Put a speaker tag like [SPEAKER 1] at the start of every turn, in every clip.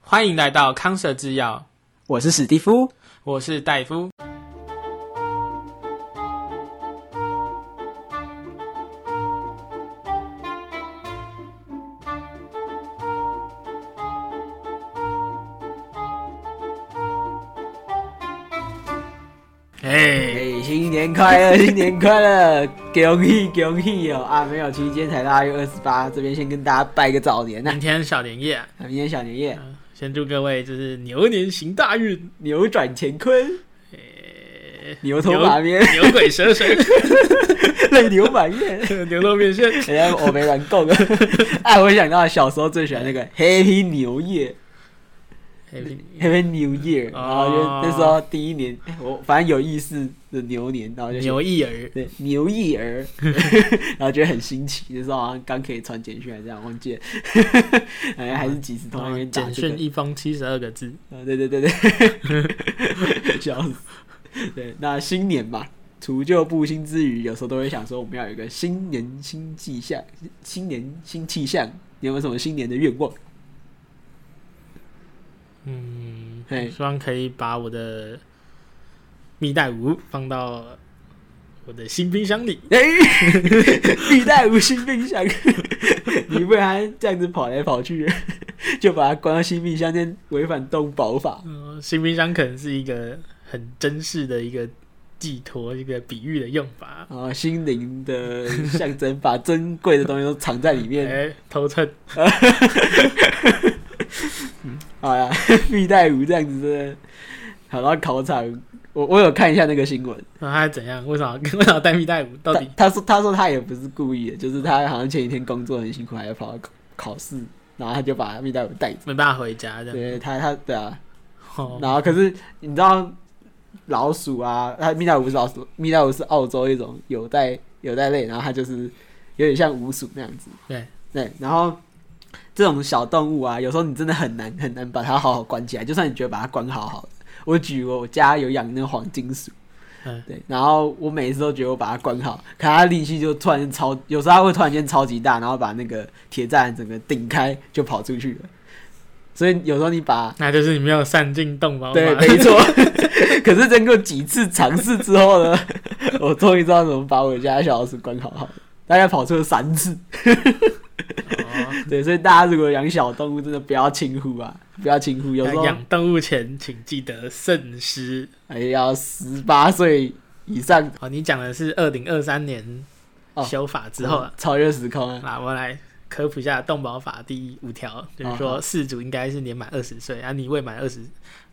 [SPEAKER 1] 欢迎来到康舍制药，
[SPEAKER 2] 我是史蒂夫。
[SPEAKER 1] 我是戴夫。哎，
[SPEAKER 2] 哎，新年快乐，新年快乐，恭喜恭喜哦！啊，没有，其实今天才腊月二十八，这边先跟大家拜个早年呐、
[SPEAKER 1] 明天小年夜啊，
[SPEAKER 2] 啊明天小年夜，
[SPEAKER 1] 先祝各位就是牛年行大运，
[SPEAKER 2] 扭转乾坤，
[SPEAKER 1] 哎
[SPEAKER 2] 牛头马面，
[SPEAKER 1] 牛 鬼蛇神，
[SPEAKER 2] 泪流满面。
[SPEAKER 1] 牛肉面 线。
[SPEAKER 2] 人家我没乱供 啊！哎，我想到小时候最喜欢那个 Happy New Year，Happy
[SPEAKER 1] 哎平
[SPEAKER 2] New Year，然后就
[SPEAKER 1] 哦
[SPEAKER 2] 那时候第一年，哎我反正有意识的牛年，然后就
[SPEAKER 1] 牛一儿，
[SPEAKER 2] 对，牛一儿， 然后觉得很新奇，那时候好像刚可以传简讯还是这样，忘记了， 好像还是即时通那边打
[SPEAKER 1] 哦啊简
[SPEAKER 2] 这
[SPEAKER 1] 讯
[SPEAKER 2] 个，
[SPEAKER 1] 一封七十二个字，
[SPEAKER 2] 啊，对对对对， 笑死。对，那新年嘛，除旧布新之余，有时候都会想说，我们要有一个新年新气象，新年新气象，你有没有什么新年的愿望？
[SPEAKER 1] 嗯，
[SPEAKER 2] 嘿
[SPEAKER 1] 希望可以把我的蜜袋鼯放到我的新冰箱里。
[SPEAKER 2] 哎， 必带无心冰箱， 你不然这样子跑来跑去，就把它关到新冰箱，那违反动保法。
[SPEAKER 1] 嗯，新冰箱可能是一个很珍视的一个寄托，一个比喻的用法。
[SPEAKER 2] 啊，心灵的象征，把珍贵的东西都藏在里面。
[SPEAKER 1] 哎，头寸，
[SPEAKER 2] 好呀，蜜袋鼯这样子真的，跑到考场，我我有看一下那个新闻，
[SPEAKER 1] 那他怎样？为什么 为什么带蜜袋鼯？到
[SPEAKER 2] 他
[SPEAKER 1] 底
[SPEAKER 2] 他说他说他也不是故意的，就是他好像前一天工作很辛苦，还要跑到考考试，然后他就把蜜袋鼯带走。
[SPEAKER 1] 没办法回家这样？
[SPEAKER 2] 对他他对啊，
[SPEAKER 1] 哦，
[SPEAKER 2] 然后可是你知道老鼠啊，它蜜袋鼯不是老鼠，蜜袋鼯是澳洲一种有袋有袋类，然后它就是有点像鼯鼠那样子。
[SPEAKER 1] 对
[SPEAKER 2] 对，然后这种小动物啊，有时候你真的很难很难把它好好关起来，就算你觉得把它关好好的。我举我家有养那个黄金鼠，
[SPEAKER 1] 嗯
[SPEAKER 2] 对，然后我每一次都觉得我把它关好，可它力气就突然间超，有时候它会突然间超级大，然后把那个铁栅整个顶开就跑出去了。所以有时候你把
[SPEAKER 1] 那就是你没有善尽动保
[SPEAKER 2] 对，
[SPEAKER 1] 法。
[SPEAKER 2] 没错。 可是经过几次尝试之后呢， 我终于知道怎么把我家小老鼠关好好了，大概跑出了三次。
[SPEAKER 1] 哦
[SPEAKER 2] 对，所以大家如果养小动物，真的不要轻忽啊，不要轻忽。有时候
[SPEAKER 1] 养动物前，请记得慎思。
[SPEAKER 2] 哎要十八岁以上
[SPEAKER 1] 哦，你讲的是二零二三年
[SPEAKER 2] 哦
[SPEAKER 1] 修法之后啊。
[SPEAKER 2] 超越 时空啊。
[SPEAKER 1] 那我们来科普一下动保法第五条，就是
[SPEAKER 2] 好
[SPEAKER 1] 说
[SPEAKER 2] 好
[SPEAKER 1] 事主应该是年满二十岁，啊，你未满二十，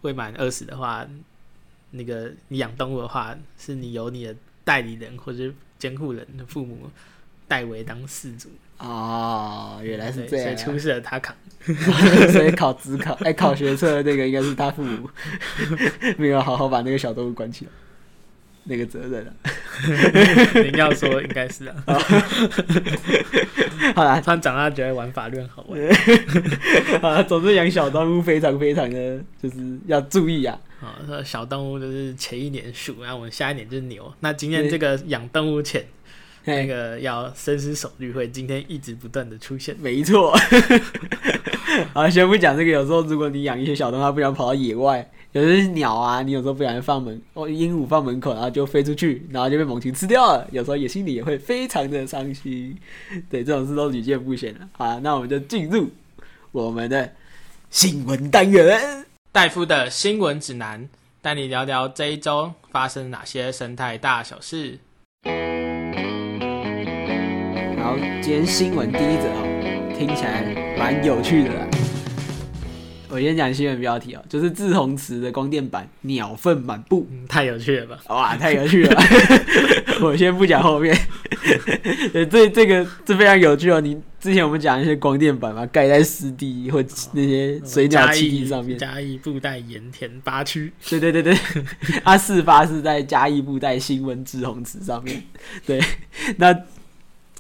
[SPEAKER 1] 未满二十的话，那个你养动物的话，是你由你的代理人或者是监护人的父母代为当事主，
[SPEAKER 2] 哦，原来是这
[SPEAKER 1] 对所以
[SPEAKER 2] 样
[SPEAKER 1] 出事了他 扛。
[SPEAKER 2] 啊。 所以考职考哎考学测的那个应该是他父母 没有好好把那个小动物关起来，那个责任啊。
[SPEAKER 1] 您要说应该是啊，
[SPEAKER 2] 好啦，
[SPEAKER 1] 突然长大觉得玩法律很好玩
[SPEAKER 2] 啊，总之养小动物非常非常的就是要注意啊。
[SPEAKER 1] 啊、哦说小动物就是前一年鼠，然后我们下一年就是牛。那今天这个养动物前，那
[SPEAKER 2] 嘿，
[SPEAKER 1] 个要深思熟虑，会今天一直不断的出现。
[SPEAKER 2] 没错。 啊，先不讲这个，有时候如果你养一些小动物，它不想跑到野外，有些鸟啊，你有时候不小心放门哦，鹦鹉放门口，然后就飞出去，然后就被猛禽吃掉了，有时候也心里也会非常的伤心。对，这种事都屡见不鲜了。好啊，那我们就进入我们的新闻单元。
[SPEAKER 1] 戴夫的新闻指南，带你聊聊这一周发生哪些生态大小事。
[SPEAKER 2] 然后今天新闻第一则哦，听起来蛮有趣的啦。我先讲新闻标题哦，就是志宏池的光电板鸟粪满布，
[SPEAKER 1] 嗯，太有趣了 吧？
[SPEAKER 2] 哇，太有趣了！ 我先不讲后面， 对，这这个这非常有趣哦。你之前我们讲一些光电板嘛，盖在湿地或那些水鸟栖地上面，
[SPEAKER 1] 嘉义布袋盐田八区，
[SPEAKER 2] 对对对对，它事发是在嘉义布袋新闻志宏池上面。对，那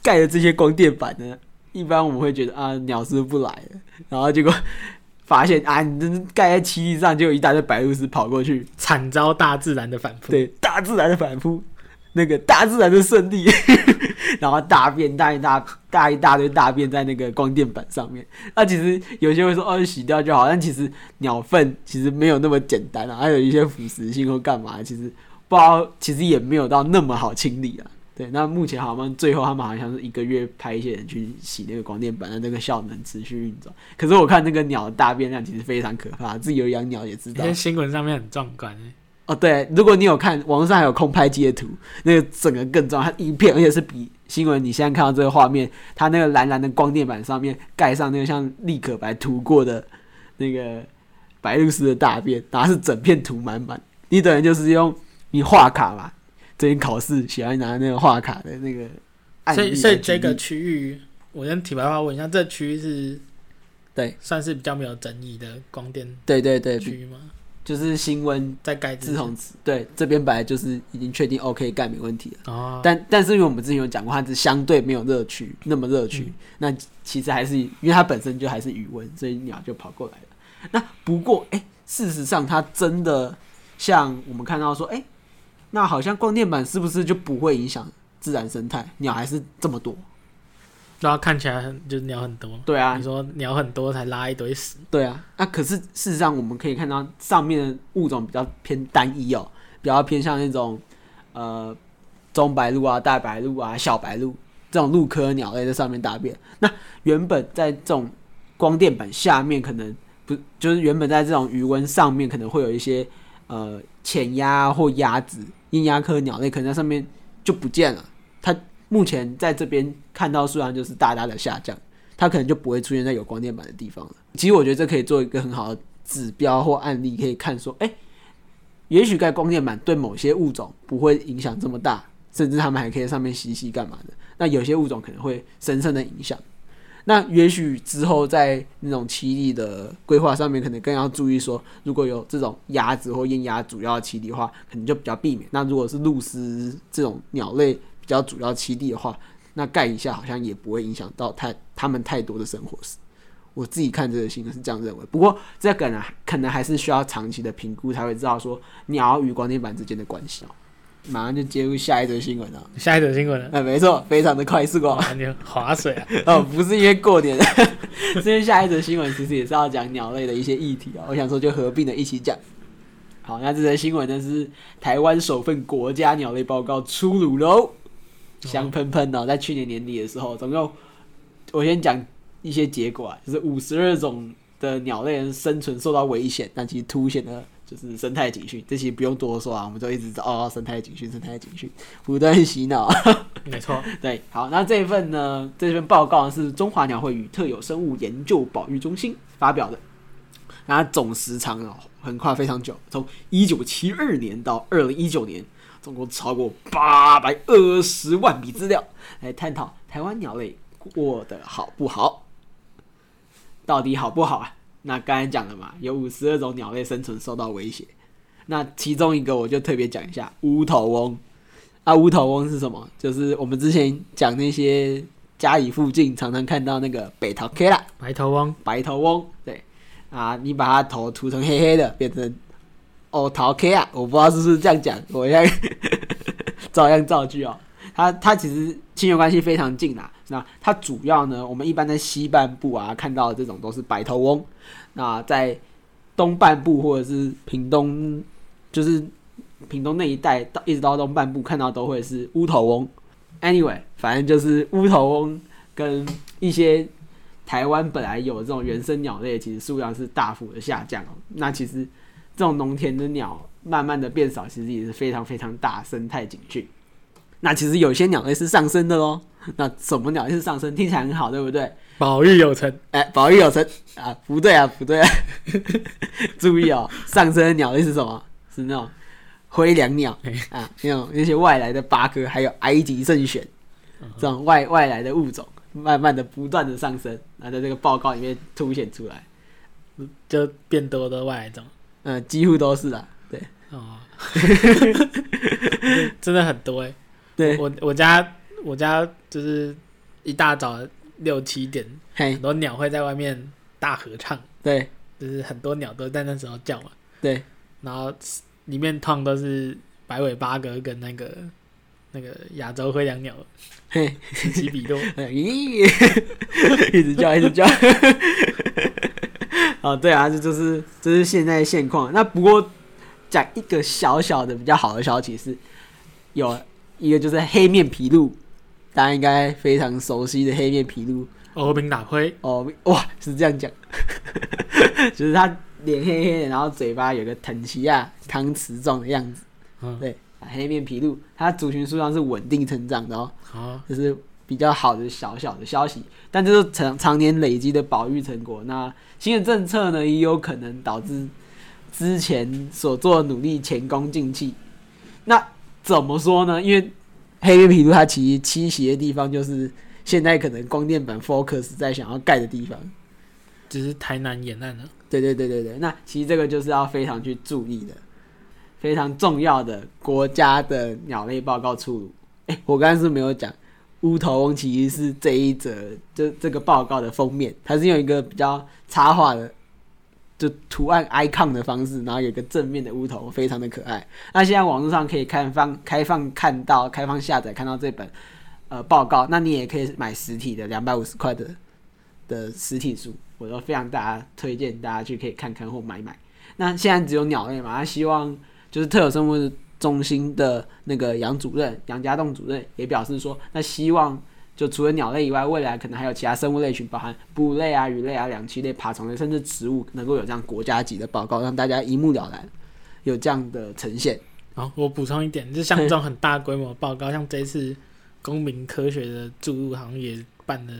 [SPEAKER 2] 盖的这些光电板呢，一般我们会觉得啊，鸟是不是不来了，然后结果发现啊，你这是盖在栖地上，就有一大堆白鹭鸶跑过去，
[SPEAKER 1] 惨遭大自然的反扑。
[SPEAKER 2] 对，大自然的反扑，那个大自然的胜利， 然后大便大一大大一大堆大便在那个光电板上面。那其实有些会说哦洗掉就好，但其实鸟粪其实没有那么简单啊，还有一些腐蚀性或干嘛，其实不知道，其实也没有到那么好清理啊。对，那目前好像最后他们好像是一个月派一些人去洗那个光电板，让那个效能持续运转。可是我看那个鸟的大便量其实非常可怕，自己有养鸟也知道
[SPEAKER 1] 因为。新闻上面很壮观欸
[SPEAKER 2] 哦，对，如果你有看网络上还有空拍机的图，那个整个更重要，它一片，而且是比新闻你现在看到这个画面，它那个蓝蓝的光电板上面盖上那个像立可白涂过的那个白鹭鸶的大便，然后是整片涂满满。你等于就是用你画卡嘛，最近考试喜欢拿那个画卡的那个案
[SPEAKER 1] 所以
[SPEAKER 2] 例来举例。
[SPEAKER 1] 所以这个区域，我先题外话问一下，这区域是
[SPEAKER 2] 对
[SPEAKER 1] 算是比较没有争议的光电
[SPEAKER 2] 对对对，
[SPEAKER 1] 区域吗？
[SPEAKER 2] 就是新闻
[SPEAKER 1] 在盖之
[SPEAKER 2] 自
[SPEAKER 1] 前
[SPEAKER 2] 从对这边本来就是已经确定 OK 盖没问题了。
[SPEAKER 1] 哦，
[SPEAKER 2] 但但是因为我们之前有讲过，它是相对没有热区那么热区，
[SPEAKER 1] 嗯
[SPEAKER 2] 那其实还是因为它本身就还是余温，所以鸟就跑过来了。那不过，哎、事实上它真的像我们看到说，哎、那好像光电板是不是就不会影响自然生态？鸟还是这么多？
[SPEAKER 1] 然后看起来很就是鸟很多。
[SPEAKER 2] 对啊
[SPEAKER 1] 你，说鸟很多才拉一堆屎，
[SPEAKER 2] 对啊。那、可是事实上我们可以看到上面的物种比较偏单一哦，比较偏向那种呃中白鹭啊、大白鹭啊、小白鹭这种鹭科鸟类在上面大便。那原本在这种光电板下面，可能不就是原本在这种余温上面，可能会有一些呃潜鸭或鸭子、硬鸭科鸟类，可能在上面就不见了。它目前在这边看到数量就是大大的下降，它可能就不会出现在有光电板的地方了。其实我觉得这可以做一个很好的指标或案例，可以看说，哎、也许盖光电板对某些物种不会影响这么大，甚至它们还可以在上面嬉戏干嘛的。那有些物种可能会深深的影响。那也许之后在那种栖地的规划上面，可能更要注意说，如果有这种鸭子或雁鸭主要栖地的话，可能就比较避免。那如果是鹭鸶这种鸟类比较主要栖地的话，那盖一下好像也不会影响到太它们太多的生活史。我自己看这个新闻是这样认为，不过这可能可能还是需要长期的评估才会知道说鸟与光电板之间的关系哦。马上就接入下一则新闻了，
[SPEAKER 1] 下一则新闻 了，
[SPEAKER 2] 哎，没错，非常的快速哦。
[SPEAKER 1] 哇，你划水啊！
[SPEAKER 2] 哦，不是因为过年，是因为下一则新闻其实也是要讲鸟类的一些议题啊、我想说就合并的一起讲。好，那这则新闻呢是台湾首份国家鸟类报告出炉喽， 香喷喷的哦、在去年年底的时候，总共我先讲一些结果啊，就是五十二种的鸟类的生存受到危险，但其实凸显了就是生态警讯，这些不用多说啊，我们就一直知道哦，生态警讯，生态警讯，不断洗脑。
[SPEAKER 1] 没错，
[SPEAKER 2] 对，好，那这一份呢，这份报告是中华鸟会与特有生物研究保育中心发表的，那它总时长哦，横跨非常久，从一九七二年到二零一九年，总共超过八百二十万笔资料来探讨台湾鸟类过得好不好，到底好不好啊？那刚才讲了嘛，有五十二种鸟类生存受到威胁，那其中一个我就特别讲一下乌头翁。啊，乌头翁是什么？就是我们之前讲那些家里附近常常看到那个北桃 K 啦，
[SPEAKER 1] 白头翁
[SPEAKER 2] 白头翁，对啊，你把它头涂成黑黑的，变成哦桃 K 啊，我不知道是不是这样讲，我现在 照样造句哦。它它其实亲缘关系非常近啦。那它主要呢，我们一般在西半部啊看到的这种都是白头翁，那在东半部或者是屏东，就是屏东那一带到一直到东半部看到都会是乌头翁。Anyway，反正就是乌头翁跟一些台湾本来有的这种原生鸟类，其实数量是大幅的下降哦。那其实这种农田的鸟慢慢的变少，其实也是非常非常大的生态警讯。那其实有些鸟类是上升的喽。那什么鸟类是上升？听起来很好，对不对？
[SPEAKER 1] 保育有成，
[SPEAKER 2] 哎，保育有成啊，不对啊，不对啊， 注意哦，上升的鸟类是什么？是那种灰椋鸟啊，那种那些外来的八哥，还有埃及圣选这种外外来的物种，慢慢的不断的上升，那在这个报告里面凸显出来，
[SPEAKER 1] 就变多的外来种
[SPEAKER 2] 嗯、几乎都是啊，对
[SPEAKER 1] 哦， 真的很多哎。
[SPEAKER 2] 对，
[SPEAKER 1] 我我家我家就是一大早六七点，
[SPEAKER 2] 嘿
[SPEAKER 1] 很，多鸟会在外面大合唱，
[SPEAKER 2] 对
[SPEAKER 1] 就是很多鸟都在那时候叫嘛。
[SPEAKER 2] 对，
[SPEAKER 1] 然后里面通常都是白尾八哥跟那个那个亚洲灰椋鸟
[SPEAKER 2] 嘿，
[SPEAKER 1] 此起彼 落。
[SPEAKER 2] 哎咦，一直叫，一直叫。 哦，对啊，这就是这是现在的现况。那不过讲一个小小的比较好的小启示，有一个就是黑面琵鹭，大家应该非常熟悉的黑面琵鹭。
[SPEAKER 1] 欧兵打灰，
[SPEAKER 2] 哦，哇，是这样讲， 就是它脸黑黑的，然后嘴巴有个藤奇亚汤匙状的样子。
[SPEAKER 1] 嗯，
[SPEAKER 2] 对，啊黑面琵鹭，它族群数量是稳定成长的哦。
[SPEAKER 1] 好，
[SPEAKER 2] 这是比较好的小小的消息，但这是长常年累积的保育成果。那新的政策呢，也有可能导致之前所做的努力前功尽弃。那怎么说呢？因为黑面琵鹭它其实栖息的地方，就是现在可能光电板 focus 在想要盖的地方。
[SPEAKER 1] 只是台南沿岸的，啊
[SPEAKER 2] 对对对对对，那其实这个就是要非常去注意的，非常重要的国家的鸟类报告出炉。哎、我刚刚是没有讲，乌头翁其实是这一则这这个报告的封面，它是用一个比较插画的。就图案 icon 的方式，然后有一个正面的乌头，非常的可爱。那现在网络上可以开放开放看到开放下载看到这本呃报告，那你也可以买实体的两百五十块的的实体书，我都非常大家推荐大家去可以看看或买买。那现在只有鸟类嘛，那希望就是特有生物中心的那个杨主任杨家栋主任也表示说，那希望就除了鸟类以外，未来可能还有其他生物类群，包含哺乳类啊、鱼类啊、两栖类、爬虫类，甚至植物，能够有这样国家级的报告，让大家一目了然，有这样的呈现。
[SPEAKER 1] 好，我补充一点，就像这种很大规模的报告，像这一次公民科学的注入，好像也扮了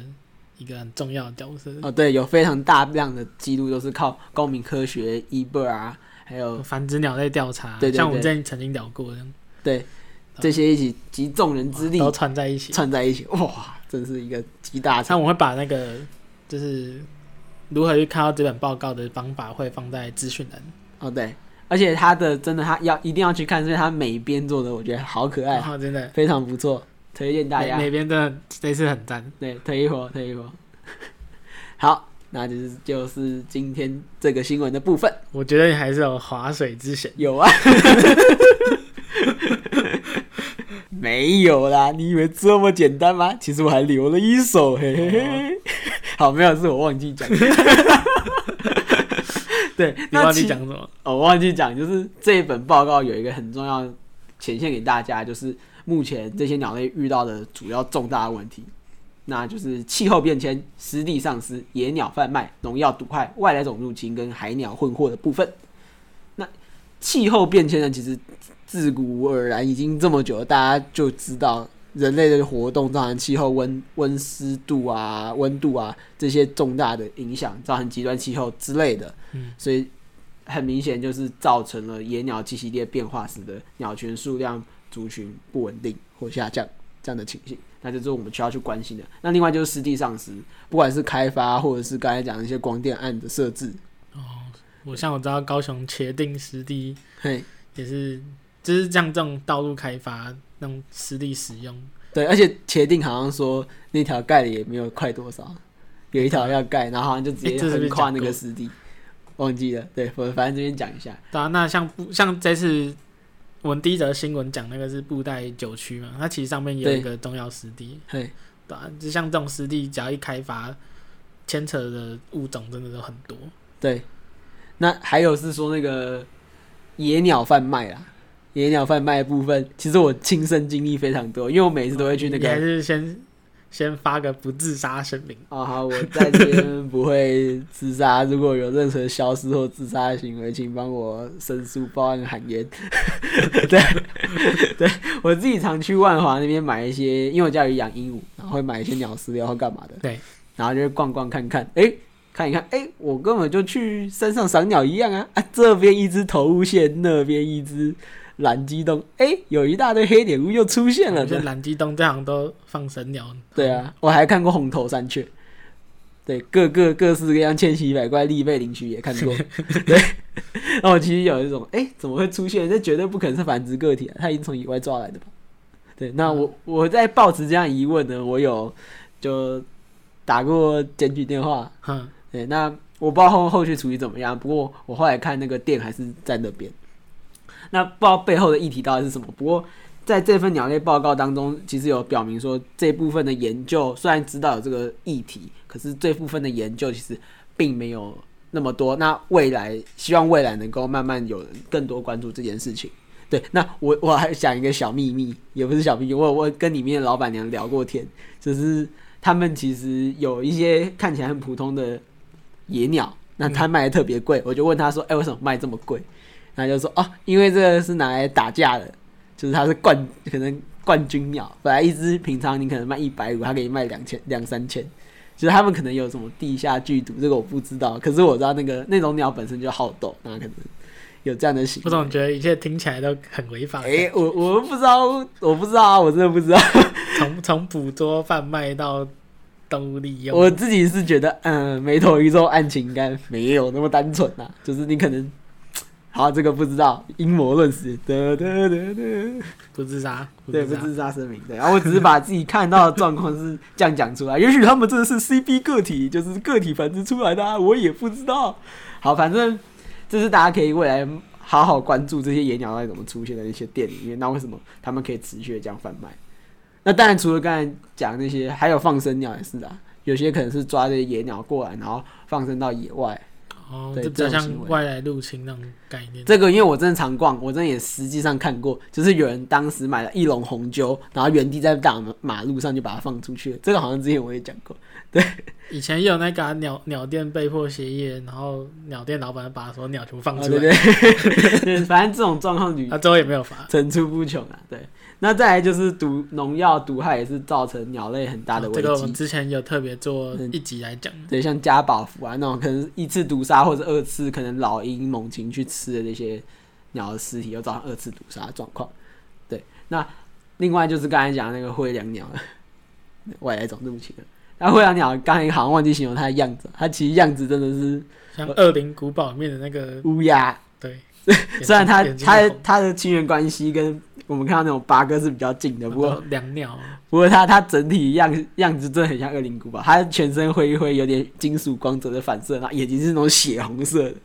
[SPEAKER 1] 一个很重要的角色。
[SPEAKER 2] 哦，对，有非常大量的记录都是靠公民科学、e b 啊，还有
[SPEAKER 1] 繁殖鸟类调查，
[SPEAKER 2] 对对
[SPEAKER 1] 像我们
[SPEAKER 2] 对
[SPEAKER 1] 之前曾经聊过，这样
[SPEAKER 2] 对这些一起集众人之力
[SPEAKER 1] 都串在一起。
[SPEAKER 2] 串在一起，哇，真是一个集大
[SPEAKER 1] 那
[SPEAKER 2] 成。
[SPEAKER 1] 我会把那个就是如何去看到这本报告的方法，会放在资讯栏。
[SPEAKER 2] 哦，对，而且他的真的他要一定要去看，所以他每一边做的我觉得好可爱
[SPEAKER 1] 然，后真的，
[SPEAKER 2] 非常不错，推荐大
[SPEAKER 1] 哪
[SPEAKER 2] 家。
[SPEAKER 1] 哪边真的这次很赞。
[SPEAKER 2] 对，推一波，推一波。 好，那就是就是今天这个新闻的部分
[SPEAKER 1] 我觉得你还是有划水之嫌。
[SPEAKER 2] 有啊。 没有啦，你以为这么简单吗？其实我还留了一手，嘿嘿嘿。好，没有，是我忘记讲。对，
[SPEAKER 1] 你
[SPEAKER 2] 那
[SPEAKER 1] 忘记
[SPEAKER 2] 其
[SPEAKER 1] 讲什么？
[SPEAKER 2] 哦，我忘记讲，就是这一本报告有一个很重要呈现给大家，就是目前这些鸟类遇到的主要重大的问题，那就是气候变迁、湿地丧失、野鸟贩卖、农药毒害、外来种入侵跟海鸟混获的部分。那气候变迁呢，其实自古而然，已经这么久了，大家就知道。人类的活动造成气候温温湿度啊、温度啊这些重大的影响，造成极端气候之类的，
[SPEAKER 1] 嗯
[SPEAKER 2] 所以很明显就是造成了野鸟栖息地变化时的鸟群数量、族群不稳定或下降这样的情形。那这就是我们需要去关心的。那另外就是湿地丧失，不管是开发或者是刚才讲的一些光电案的设置，
[SPEAKER 1] 哦我像我知道高雄茄定湿地
[SPEAKER 2] 嘿，
[SPEAKER 1] 也是，就是像这种道路开发、那种湿地使用，
[SPEAKER 2] 对，而且茄定好像说那条盖的也没有快多少，有一条要盖，然后好像就直接
[SPEAKER 1] 诶这是不
[SPEAKER 2] 横
[SPEAKER 1] 是
[SPEAKER 2] 跨
[SPEAKER 1] 讲
[SPEAKER 2] 那个
[SPEAKER 1] 过
[SPEAKER 2] 湿地，忘记了。对，我反正这边讲一下。
[SPEAKER 1] 对啊，那像布像这次我们第一则新闻讲那个是布袋九区嘛，它其实上面也有
[SPEAKER 2] 对
[SPEAKER 1] 一个重要湿地，
[SPEAKER 2] 嘿，
[SPEAKER 1] 对啊，就像这种湿地，只要一开发，牵扯的物种真的都很多。
[SPEAKER 2] 对，那还有是说那个野鸟贩卖啦，野鸟贩卖的部分，其实我亲身经历非常多，因为我每次都会去那
[SPEAKER 1] 你还
[SPEAKER 2] 个。
[SPEAKER 1] 是先先发个不自杀声明，
[SPEAKER 2] 啊、好，我在这边不会自杀。如果有任何消失或自杀的行为，请帮我申诉、报案、喊冤。 对，对我自己常去万华那边买一些，因为我家里养鹦鹉，然后会买一些鸟饲料或干嘛的。
[SPEAKER 1] 对，
[SPEAKER 2] 然后就会逛逛看看，诶，看一看，诶，我根本就去山上赏鸟一样啊！啊，这边一只头乌线，那边一只蓝鸡枞，诶，有一大堆黑点乌又出现 了
[SPEAKER 1] 就
[SPEAKER 2] 呢。
[SPEAKER 1] 蓝鸡东这行都放神鸟。
[SPEAKER 2] 对，啊，我还看过红头山雀，对，各个各式各样千奇百怪立贝领区也看过。对， 那我其实有一种，哎、怎么会出现？这绝对不可能是繁殖个体啊，它已经从野外抓来的吧？对，那我我在抱持这样疑问呢，我有就打过检举电话，
[SPEAKER 1] 哼，
[SPEAKER 2] 对，那我不知道后后续处理怎么样，不过我后来看那个店还是在那边。那不知道背后的议题到底是什么，不过在这份鸟类报告当中，其实有表明说，这部分的研究虽然知道有这个议题，可是这部分的研究其实并没有那么多。那未来希望未来能够慢慢有人更多关注这件事情。对，那我我还讲一个小秘密，也不是小秘密，我我跟里面的老板娘聊过天，就是他们其实有一些看起来很普通的野鸟，那他卖的特别贵，我就问他说，哎、为什么卖这么贵？然后就说，哦，因为这个是拿来打架的，就是它是冠，可能冠军鸟，本来一只平常你可能卖一百五，它给你卖两千两三千，就是他们可能有什么地下剧毒，这个我不知道，可是我知道那个那种鸟本身就好斗，那可能有这样的行
[SPEAKER 1] 我
[SPEAKER 2] 为。
[SPEAKER 1] 总觉得一切听起来都很违法。
[SPEAKER 2] 哎、我我不知道，我不知道啊，我真的不知道。
[SPEAKER 1] 从从捕捉、贩卖到动物利用，
[SPEAKER 2] 我自己是觉得，嗯，眉头一皱，案情应该没有那么单纯呐、就是你可能，好，这个不知道，阴谋论史，得得得得，
[SPEAKER 1] 不自杀，
[SPEAKER 2] 对，
[SPEAKER 1] 自
[SPEAKER 2] 不
[SPEAKER 1] 杀
[SPEAKER 2] 自杀声明，对，然 啊后我只是把自己看到的状况是这样讲出来，也许他们真的是 CB 个体，就是个体繁殖出来的、啊，我也不知道。好，反正这是大家可以未来好好关注这些野鸟到底怎么出现在一些店里面，那为什么他们可以持续的这样贩卖？那当然，除了刚才讲那些，还有放生鸟也是啊，有些可能是抓这些野鸟过来，然后放生到野外。
[SPEAKER 1] 哦，
[SPEAKER 2] 对
[SPEAKER 1] 这比较
[SPEAKER 2] 这种行
[SPEAKER 1] 像
[SPEAKER 2] 为
[SPEAKER 1] 外来入侵那种概念。
[SPEAKER 2] 这个因为我真的常逛，我真的也实际上看过，就是有人当时买了一笼红鸠，然后原地在大马马路上就把它放出去了。这个好像之前我也讲过，
[SPEAKER 1] 以前也有那个啊、鸟鸟店被迫歇业，然后鸟店老板把所有鸟全部放
[SPEAKER 2] 啊、
[SPEAKER 1] 出
[SPEAKER 2] 对
[SPEAKER 1] 来，
[SPEAKER 2] 对，对 反正这种状况屡
[SPEAKER 1] 他最后也没有罚。
[SPEAKER 2] 层出不穷啊。对，那再来就是毒农药毒害也是造成鸟类很大的
[SPEAKER 1] 哦这
[SPEAKER 2] 危机。
[SPEAKER 1] 个我们之前有特别做
[SPEAKER 2] 嗯
[SPEAKER 1] 一集来讲，
[SPEAKER 2] 对，像加宝福啊那种，可能一次毒杀或者二次，可能老鹰、猛禽去吃的那些鸟的尸体，又造成二次毒杀的状况。对，那另外就是刚才讲的那个灰椋鸟了，外来种，对不起了。那灰椋鸟刚才好像忘记形容它的样子，它其实样子真的是
[SPEAKER 1] 像《恶灵古堡》里面的那个，
[SPEAKER 2] 乌鸦，
[SPEAKER 1] 对，
[SPEAKER 2] 虽然它
[SPEAKER 1] 眼睛
[SPEAKER 2] 它
[SPEAKER 1] 眼
[SPEAKER 2] 的
[SPEAKER 1] 睛
[SPEAKER 2] 它的亲缘关系跟我们看到那种八哥是比较近的，
[SPEAKER 1] 红
[SPEAKER 2] 不过
[SPEAKER 1] 哦两鸟，
[SPEAKER 2] 不过它它整体样样子真的很像恶灵古堡，它全身灰灰，有点金属光泽的反射，然后眼睛是那种血红色的，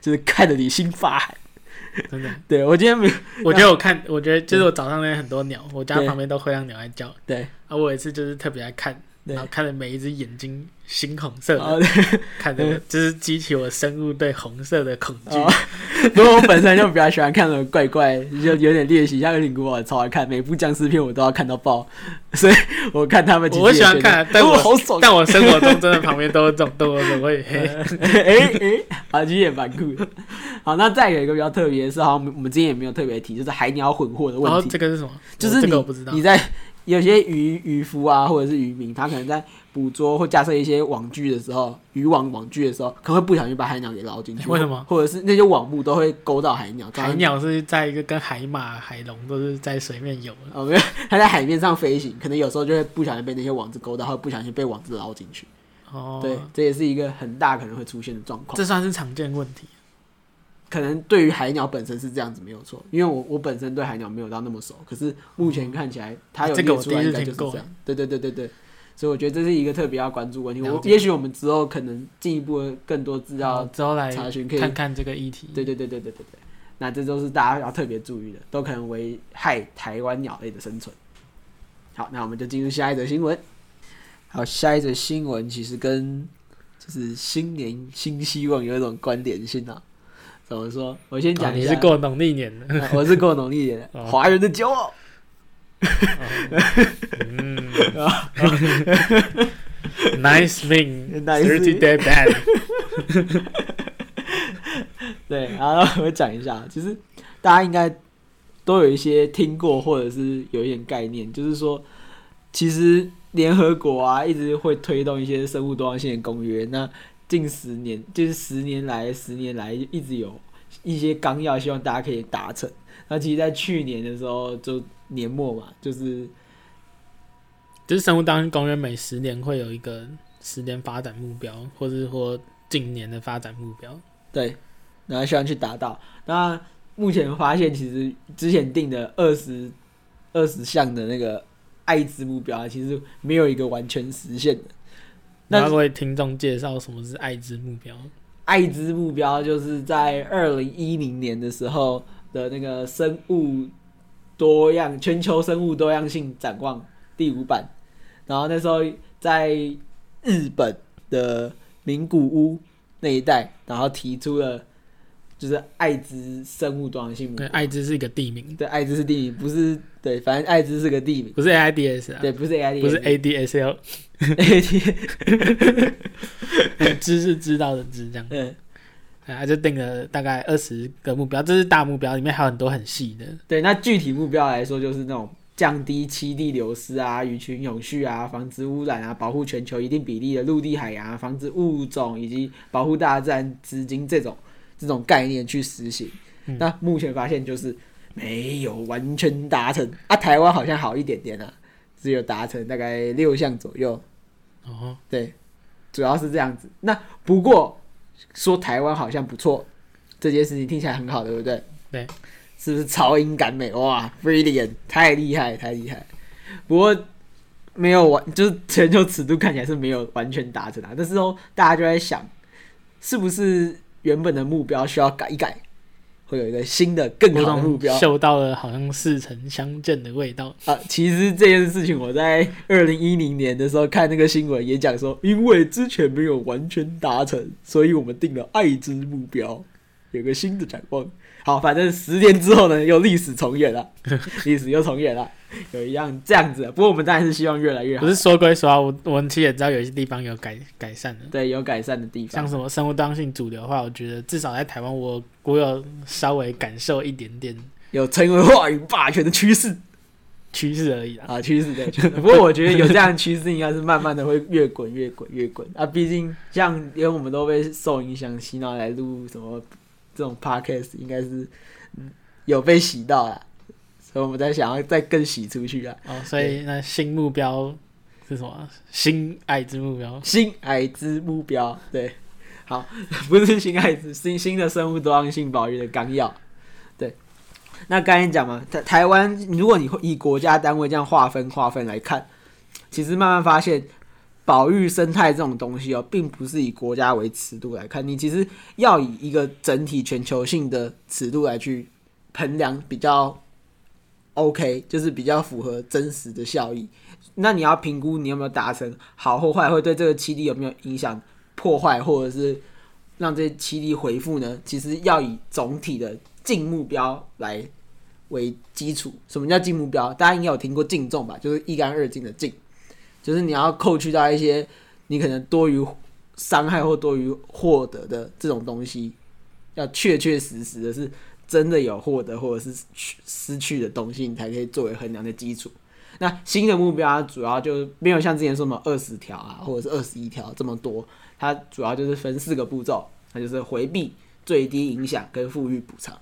[SPEAKER 2] 就是看得你心发寒。
[SPEAKER 1] 真 的。
[SPEAKER 2] 对我今天没有
[SPEAKER 1] 我觉得我看，我觉得就是我早上那边很多鸟，我家旁边都会让鸟在叫。
[SPEAKER 2] 对
[SPEAKER 1] 啊，我有一次就是特别爱看，
[SPEAKER 2] 对
[SPEAKER 1] 然后看着每一只眼睛猩红色的，
[SPEAKER 2] 哦
[SPEAKER 1] 看着就是激起我生物对红色的恐惧。
[SPEAKER 2] 哦，不过我本身就比较喜欢看那种怪怪，就有点练习，像恶灵古堡也超爱看，每部僵尸片我都要看到爆，所以我看他们其实
[SPEAKER 1] 我
[SPEAKER 2] 也
[SPEAKER 1] 喜欢
[SPEAKER 2] 觉得
[SPEAKER 1] 看啊但
[SPEAKER 2] 哦
[SPEAKER 1] 我
[SPEAKER 2] 好爽啊，
[SPEAKER 1] 但我生活中真的旁边都有这种动物，我 会嘿，
[SPEAKER 2] 哎哎，好，其实也蛮酷的。好，那再有一个比较特别的是，好像我们之前也没有特别提，就是海鸟混货的
[SPEAKER 1] 然
[SPEAKER 2] 问
[SPEAKER 1] 后
[SPEAKER 2] 题。
[SPEAKER 1] 这个是什么？
[SPEAKER 2] 就是
[SPEAKER 1] 我
[SPEAKER 2] 你
[SPEAKER 1] 这个我不知道
[SPEAKER 2] 你。在 有些渔渔夫啊，或者是渔民，他可能在捕捉或架设一些网具的时候，渔网网具的时候，可能会不小心把海鸟给捞进去。
[SPEAKER 1] 为什么
[SPEAKER 2] 或者是那些网目都会勾到海鸟。
[SPEAKER 1] 海鸟是在一个跟海马、海龙都是在水面游的，
[SPEAKER 2] 哦，没有，它在海面上飞行，可能有时候就会不小心被那些网子勾到，或不小心被网子捞进去。
[SPEAKER 1] 哦，
[SPEAKER 2] 对，，这也是一个很大可能会出现的状况。
[SPEAKER 1] 这算是常见问题。
[SPEAKER 2] 可能对于海鸟本身是这样子没有错，因为我我本身对海鸟没有到那么熟，可是目前看起来它有
[SPEAKER 1] 啊这个
[SPEAKER 2] 列
[SPEAKER 1] 我
[SPEAKER 2] 出
[SPEAKER 1] 第一
[SPEAKER 2] 来
[SPEAKER 1] 次
[SPEAKER 2] 应该就是
[SPEAKER 1] 听过
[SPEAKER 2] 这样，对对对对对，所以我觉得这是一个特别要关注问题。
[SPEAKER 1] 了
[SPEAKER 2] 我
[SPEAKER 1] 解
[SPEAKER 2] 也许我们之后可能进一步的更多资料
[SPEAKER 1] 好，之后来
[SPEAKER 2] 查询可以，
[SPEAKER 1] 看看这个议题。啊
[SPEAKER 2] 对对对对对对对，那这都是大家要特别注意的，都可能危害台湾鸟类的生存。好，那我们就进入下一则新闻。好，下一则新闻其实跟就是新年新希望有一种关联性啊。怎么说？我先
[SPEAKER 1] 哦
[SPEAKER 2] 讲一
[SPEAKER 1] 你
[SPEAKER 2] 下，
[SPEAKER 1] 是过农历年的，
[SPEAKER 2] 啊我是过农历年的，
[SPEAKER 1] 哦
[SPEAKER 2] 华人的骄傲。
[SPEAKER 1] 嗯 ，Nice thing,
[SPEAKER 2] Nice
[SPEAKER 1] thirty day ban。
[SPEAKER 2] 对，然后我讲一下，其实大家应该都有一些听过，或者是有一点概念，就是说，其实联合国啊一直会推动一些生物多样性的公约。那近十年，就是十年来，十年来一直有一些纲要，希望大家可以达成。那其实，在去年的时候，就年末嘛，就是
[SPEAKER 1] 就是生物当然公园每十年会有一个十年发展目标，或是或近年的发展目标。
[SPEAKER 2] 对，然后希望去达到。那目前发现，其实之前定的二十二十项的那个艾滋目标啊，其实没有一个完全实现的。那
[SPEAKER 1] 那要为听众介绍什么是艾滋目标？
[SPEAKER 2] 艾滋目标就是在二零一零年的时候的那个生物多样全球生物多样性展望第五版，然后那时候在日本的名古屋那一带，然后提出了就是艾滋生物多样性
[SPEAKER 1] 对，艾滋是一个地名，
[SPEAKER 2] 对，艾滋是地名，不是对，反正艾滋是个地名，
[SPEAKER 1] 不是 AIDS 啊，
[SPEAKER 2] 对，不是 AID，
[SPEAKER 1] 不是 ADSL，
[SPEAKER 2] AID，
[SPEAKER 1] 知是知道的知这样。
[SPEAKER 2] 嗯，
[SPEAKER 1] 对啊，就定了大概二十个目标，这是大目标，里面还有很多很细的。
[SPEAKER 2] 对。那具体目标来说，就是那种降低栖地流失啊、鱼群永续啊、防止污染啊、保护全球一定比例的陆地海洋啊、防止物种以及保护大自然资金这种这种概念去实行。
[SPEAKER 1] 嗯
[SPEAKER 2] 那目前发现就是没有完全达成啊，台湾好像好一点点啊，只有达成大概六项左右。
[SPEAKER 1] 哦，
[SPEAKER 2] 对，主要是这样子。那不过说台湾好像不错，这件事情听起来很好，对不对？
[SPEAKER 1] 对，
[SPEAKER 2] 是不是超英赶美？哇，brilliant，太厉害，太厉害。不过没有完，就是全球尺度看起来是没有完全达成啊。那时候大家就在想，是不是原本的目标需要改一改，会有一个新的更
[SPEAKER 1] 我
[SPEAKER 2] 好的目标？
[SPEAKER 1] 嗅到了好像似曾相见的味道。
[SPEAKER 2] 啊，其实这件事情我在二零一零年的时候看那个新闻也讲说，因为之前没有完全达成，所以我们定了爱之目标，有个新的展望。好，反正十年之后呢，又历史重演 了，历史又重演了，有一样这样子的。不过我们当然是希望越来越好
[SPEAKER 1] 不，是说归说啊，我我们其实也知道有一些地方有改改善的，
[SPEAKER 2] 对，有改善的地
[SPEAKER 1] 像
[SPEAKER 2] 方。
[SPEAKER 1] 什么生物多样性主流化，我觉得至少在台湾我，我有稍微感受一点点
[SPEAKER 2] 有成为话语霸权的趋势
[SPEAKER 1] 趋势而已啦。
[SPEAKER 2] 啊，趋势对。趋势不过我觉得有这样的趋势，应该是慢慢的会越滚越滚越滚啊。毕竟像因为我们都被受影响洗脑来录什么这种 podcast，应该是嗯有被洗到啦，所以我们在想要再更洗出去啊。
[SPEAKER 1] 哦，所以那新目标是什么？新爱之目标。
[SPEAKER 2] 新矮之目标，对，好， 不是新矮之新新的生物多样性保育的纲要，对。那刚才讲嘛，台台湾，如果你会以国家单位这样划分划分来看，其实慢慢发现，保育生态这种东西哦，并不是以国家为尺度来看，你其实要以一个整体全球性的尺度来去衡量比较 OK，就是比较符合真实的效益。那你要评估你有没有达成好或坏，会对这个七地有没有影响、破坏，或者是让这七地回复呢？其实要以总体的净目标来为基础。什么叫净目标？大家应该有听过净重吧？就是一干二净的净，就是你要扣去到一些你可能多于伤害或多于获得的这种东西，要确确实实的是真的有获得或者是去失去的东西，你才可以作为衡量的基础。那新的目标它主要就没有像之前说什么二十条啊，或者是二十一条这么多，它主要就是分四个步骤，那就是回避、最低影响跟富裕补偿。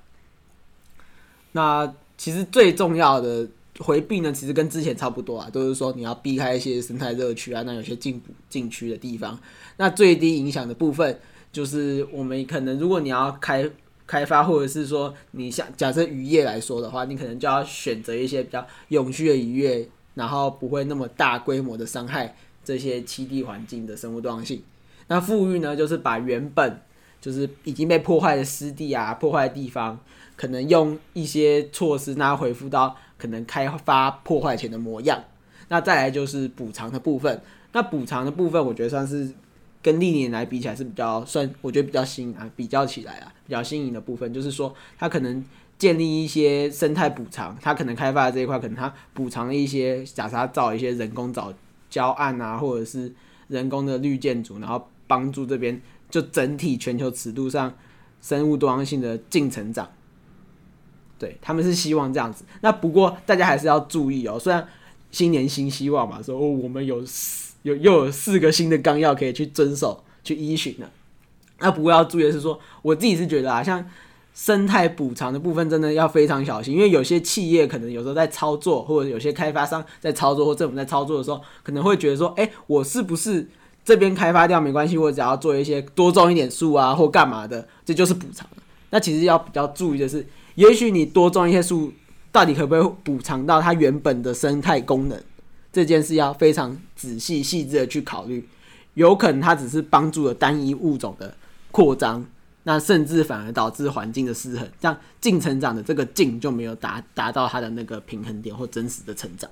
[SPEAKER 2] 那其实最重要的回避呢，其实跟之前差不多啊，都是说你要避开一些生态热区啊，那有些禁捕禁区的地方。那最低影响的部分，就是我们可能如果你要开开发，或者是说你像假设渔业来说的话，你可能就要选择一些比较永续的渔业，然后不会那么大规模的伤害这些栖地环境的生物多样性。那富裕呢，就是把原本就是已经被破坏的湿地啊、破坏的地方，可能用一些措施让它恢复到可能开发破坏前的模样。那再来就是补偿的部分，那补偿的部分我觉得算是跟历年来比起来是比较算，我觉得比较新颖啊，比较起来啊，比较新颖的部分就是说，它可能建立一些生态补偿，它可能开发的这一块，可能它补偿了一些，假设它造一些人工藻礁岸啊，或者是人工的绿建筑，然后帮助这边就整体全球尺度上生物多样性的净成长。对，他们是希望这样子。那不过大家还是要注意哦，虽然新年新希望嘛，说哦我们有四有又有四个新的纲要可以去遵守、去依循了。那不过要注意的是说，我自己是觉得啊，像生态补偿的部分真的要非常小心，因为有些企业可能有时候在操作，或者有些开发商在操作，或政府在操作的时候，可能会觉得说，哎、我是不是这边开发掉没关系，我只要做一些多种一点树啊，或干嘛的，这就是补偿。那其实要比较注意的是，也许你多种一些树，到底可不可以补偿到它原本的生态功能？这件事要非常仔细细致的去考虑。有可能它只是帮助了单一物种的扩张，那甚至反而导致环境的失衡，让净成长的这个净就没有达达到它的那个平衡点或真实的成长。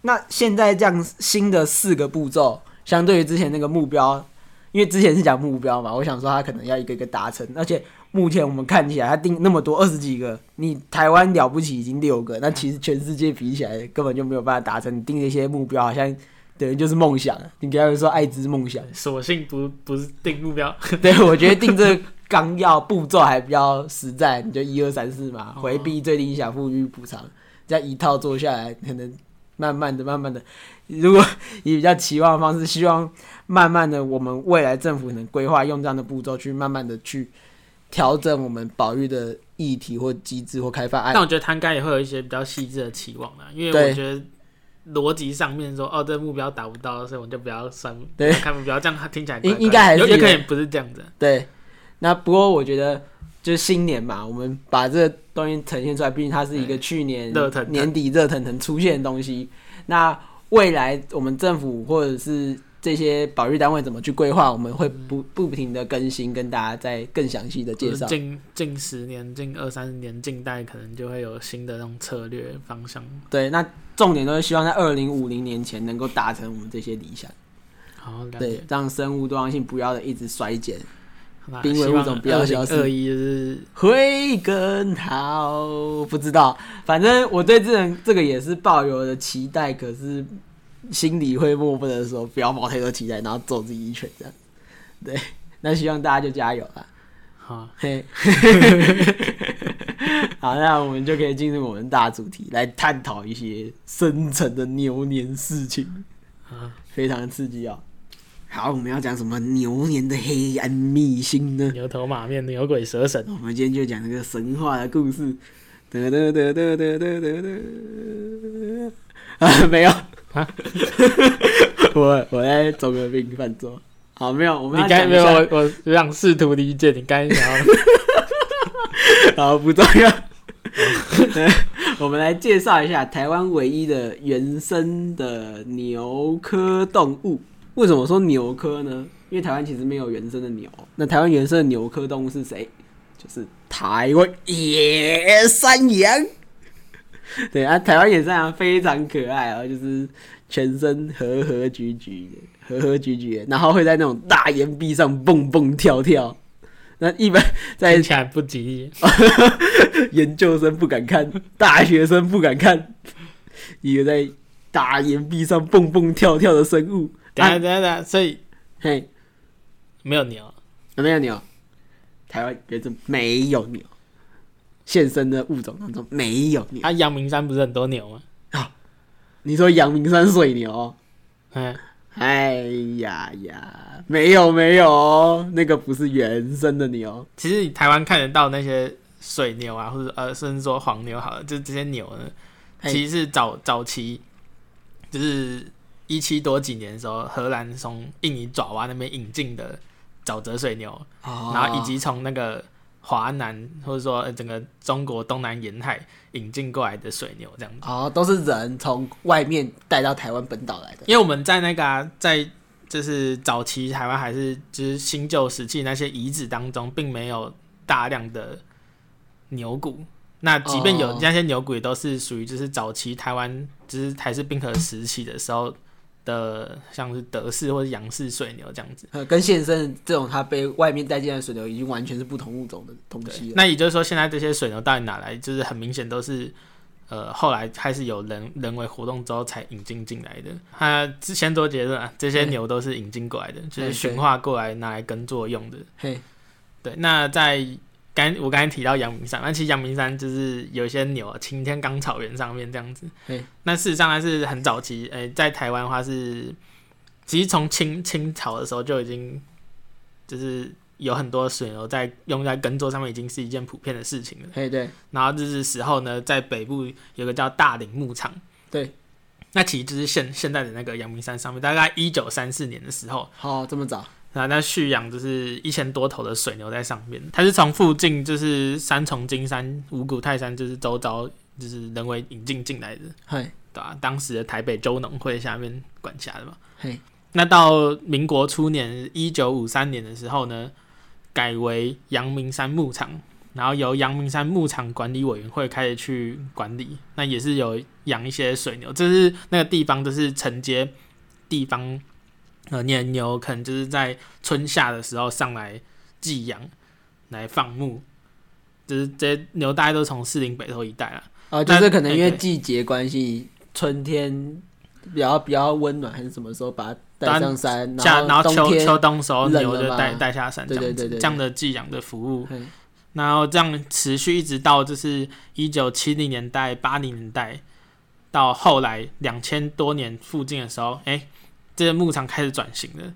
[SPEAKER 2] 那现在这样新的四个步骤，相对于之前那个目标，因为之前是讲目标嘛，我想说它可能要一个一个达成，而且目前我们看起来它定那么多二十几个，你台湾了不起已经六个，那其实全世界比起来根本就没有办法达成。你定的一些目标好像等于就是梦想，你给他们说爱之梦想。
[SPEAKER 1] 索性不不是定目标，
[SPEAKER 2] 对，我觉得定这个纲要步骤还比较实在，你就一二三四嘛，回避最理想、富裕补偿，这样一套做下来，可能慢慢的、慢慢的，如果以比较期望的方式，希望慢慢的，我们未来政府能规划用这样的步骤去慢慢的去调整我们保育的议题或机制或开发案。
[SPEAKER 1] 但我觉得他应该也会有一些比较细致的期望啦，因为
[SPEAKER 2] 对
[SPEAKER 1] 我觉得逻辑上面说，哦，这目标达不到，所以我们就不要算
[SPEAKER 2] 对
[SPEAKER 1] 看目标，这样听起来怪怪的
[SPEAKER 2] 应应该还是
[SPEAKER 1] 有也
[SPEAKER 2] 有
[SPEAKER 1] 可能不是这样子啊，
[SPEAKER 2] 对，那不过我觉得就是新年嘛，我们把这个东西呈现出来，毕竟它是一个去年
[SPEAKER 1] 热腾腾
[SPEAKER 2] 年底热腾腾出现的东西。那未来我们政府或者是这些保育单位怎么去规划，我们会
[SPEAKER 1] 嗯
[SPEAKER 2] 不不停的更新，跟大家再更详细的介绍。
[SPEAKER 1] 近近十年、近二三十年、近代可能就会有新的那种策略方向。
[SPEAKER 2] 对，那重点都是希望在二零五零年前能够达成我们这些理想，
[SPEAKER 1] 好，了
[SPEAKER 2] 对
[SPEAKER 1] 解。，
[SPEAKER 2] 让生物多样性不要的一直衰减，
[SPEAKER 1] 那
[SPEAKER 2] 濒危
[SPEAKER 1] 希望
[SPEAKER 2] 物种不要消失
[SPEAKER 1] 二一就是
[SPEAKER 2] 会更好，不知道。反正我对这人这个也是抱有的期待，可是心里会默默的说不要抱太多期待，然后揍自己一拳这样。对，那希望大家就加油啦。
[SPEAKER 1] 好，
[SPEAKER 2] 嘿，好，那我们就可以进入我们大主题，来探讨一些深层的牛年事情，
[SPEAKER 1] 啊
[SPEAKER 2] 非常刺激哦。好，我们要讲什么牛年的黑暗秘辛呢？
[SPEAKER 1] 牛头马面、牛鬼蛇神，
[SPEAKER 2] 我们今天就讲那个神话的故事。得得得得得得得得，啊，没有
[SPEAKER 1] 啊
[SPEAKER 2] 我我在走个病犯错。好，没有，我们
[SPEAKER 1] 你
[SPEAKER 2] 要
[SPEAKER 1] 该
[SPEAKER 2] 讲一
[SPEAKER 1] 没有啊
[SPEAKER 2] 下
[SPEAKER 1] 我，我让试图理解你该想要
[SPEAKER 2] 好，不重要。我们来介绍一下台湾唯一的原生的牛科动物。为什么说牛科呢？因为台湾其实没有原生的牛。那台湾原生的牛科动物是谁？就是台湾野山羊。对啊，台湾野山羊非常可爱哦，就是全身和和橘橘的，和和橘橘的，然后会在那种大岩壁上蹦蹦跳跳。那一般 在哦
[SPEAKER 1] 听起来不吉利。
[SPEAKER 2] 研究生不敢看，大学生不敢看，一个在大岩壁上蹦蹦跳跳的生物。
[SPEAKER 1] 等一下
[SPEAKER 2] 啊
[SPEAKER 1] 等一下等一下，所以
[SPEAKER 2] 嘿，
[SPEAKER 1] 没有牛，
[SPEAKER 2] 有没有牛？台湾原生没有牛，现生的物种当中没有牛。
[SPEAKER 1] 啊，阳明山不是很多牛吗？
[SPEAKER 2] 你说阳明山水牛？
[SPEAKER 1] 嗯，
[SPEAKER 2] 哎呀呀，没有没有哦，那个不是原生的牛。
[SPEAKER 1] 其实你台湾看得到那些水牛啊，或者呃，甚至说黄牛好了，就这些牛呢，
[SPEAKER 2] 嘿
[SPEAKER 1] 其实是早早期，就是一七多几年的时候，荷兰从印尼爪哇那边引进的沼泽水牛，
[SPEAKER 2] 哦
[SPEAKER 1] 然后以及从那个华南或者说呃整个中国东南沿海引进过来的水牛这样子。
[SPEAKER 2] 哦，都是人从外面带到台湾本岛来的。
[SPEAKER 1] 因为我们在那个、啊、在就是早期台湾还是就是新旧时期那些遗址当中，并没有大量的牛骨。那即便有
[SPEAKER 2] 哦
[SPEAKER 1] 那些牛骨，也都是属于就是早期台湾就是还是冰河时期的时候的，像是德式或者杨式水牛这样子。
[SPEAKER 2] 呃，跟现生这种它被外面带进来的水牛已经完全是不同物种的东西了。
[SPEAKER 1] 那也就是说，现在这些水牛到底哪来？就是很明显都是，呃，后来开始有人人为活动之后才引进进来的。它之前做结论啊，这些
[SPEAKER 2] 嗯
[SPEAKER 1] 牛都是引进过来的，就
[SPEAKER 2] 嗯
[SPEAKER 1] 是
[SPEAKER 2] 对
[SPEAKER 1] 驯化过来拿来耕作用的。
[SPEAKER 2] 嘿，
[SPEAKER 1] 对，那在刚我刚才提到阳明山，那其实阳明山就是有一些牛，擎天岗草原上面这样子
[SPEAKER 2] 嘿。
[SPEAKER 1] 那事实上它是很早期，诶、在台湾的话是，其实从清清朝的时候就已经，就是有很多水牛在用在耕作上面，已经是一件普遍的事情了。
[SPEAKER 2] 嘿，对，
[SPEAKER 1] 然后日治时候呢，在北部有个叫大林牧场，
[SPEAKER 2] 对，
[SPEAKER 1] 那其实就是现现在的那个阳明山上面，大概一九三四年的时候，
[SPEAKER 2] 好、这么早，
[SPEAKER 1] 那那蓄养就是一千多头的水牛在上面，它是从附近就是三重金山、五谷泰山，就是周遭就是人为引进进来的，
[SPEAKER 2] 嘿，
[SPEAKER 1] 对吧、当时的台北州农会下面管辖的嘛。
[SPEAKER 2] 嘿，
[SPEAKER 1] 那到民国初年，一九五三年的时候呢，改为阳明山牧场，然后由阳明山牧场管理委员会开始去管理。那也是有养一些水牛，这是那个地方，就是承接地方呃年牛，可能就是在春夏的时候上来寄养，来放牧。就是这些牛大概都从士林北头一带啦，
[SPEAKER 2] 啊，就是可能因为
[SPEAKER 1] 那哎
[SPEAKER 2] 季节关系，春天比较比较温暖，还是什么时候把它带上山，
[SPEAKER 1] 夏然
[SPEAKER 2] 后
[SPEAKER 1] 后
[SPEAKER 2] 冬
[SPEAKER 1] 秋
[SPEAKER 2] 天
[SPEAKER 1] 秋冬时候
[SPEAKER 2] 冷
[SPEAKER 1] 牛
[SPEAKER 2] 了
[SPEAKER 1] 就
[SPEAKER 2] 嘛
[SPEAKER 1] 带带下山这
[SPEAKER 2] 对
[SPEAKER 1] 样子，
[SPEAKER 2] 对对对对
[SPEAKER 1] 这样的寄养的服务，
[SPEAKER 2] 嘿
[SPEAKER 1] 然后这样持续一直到就是一九七零年代、八零年代，到后来两千多年附近的时候，哎、这个牧场开始转型了。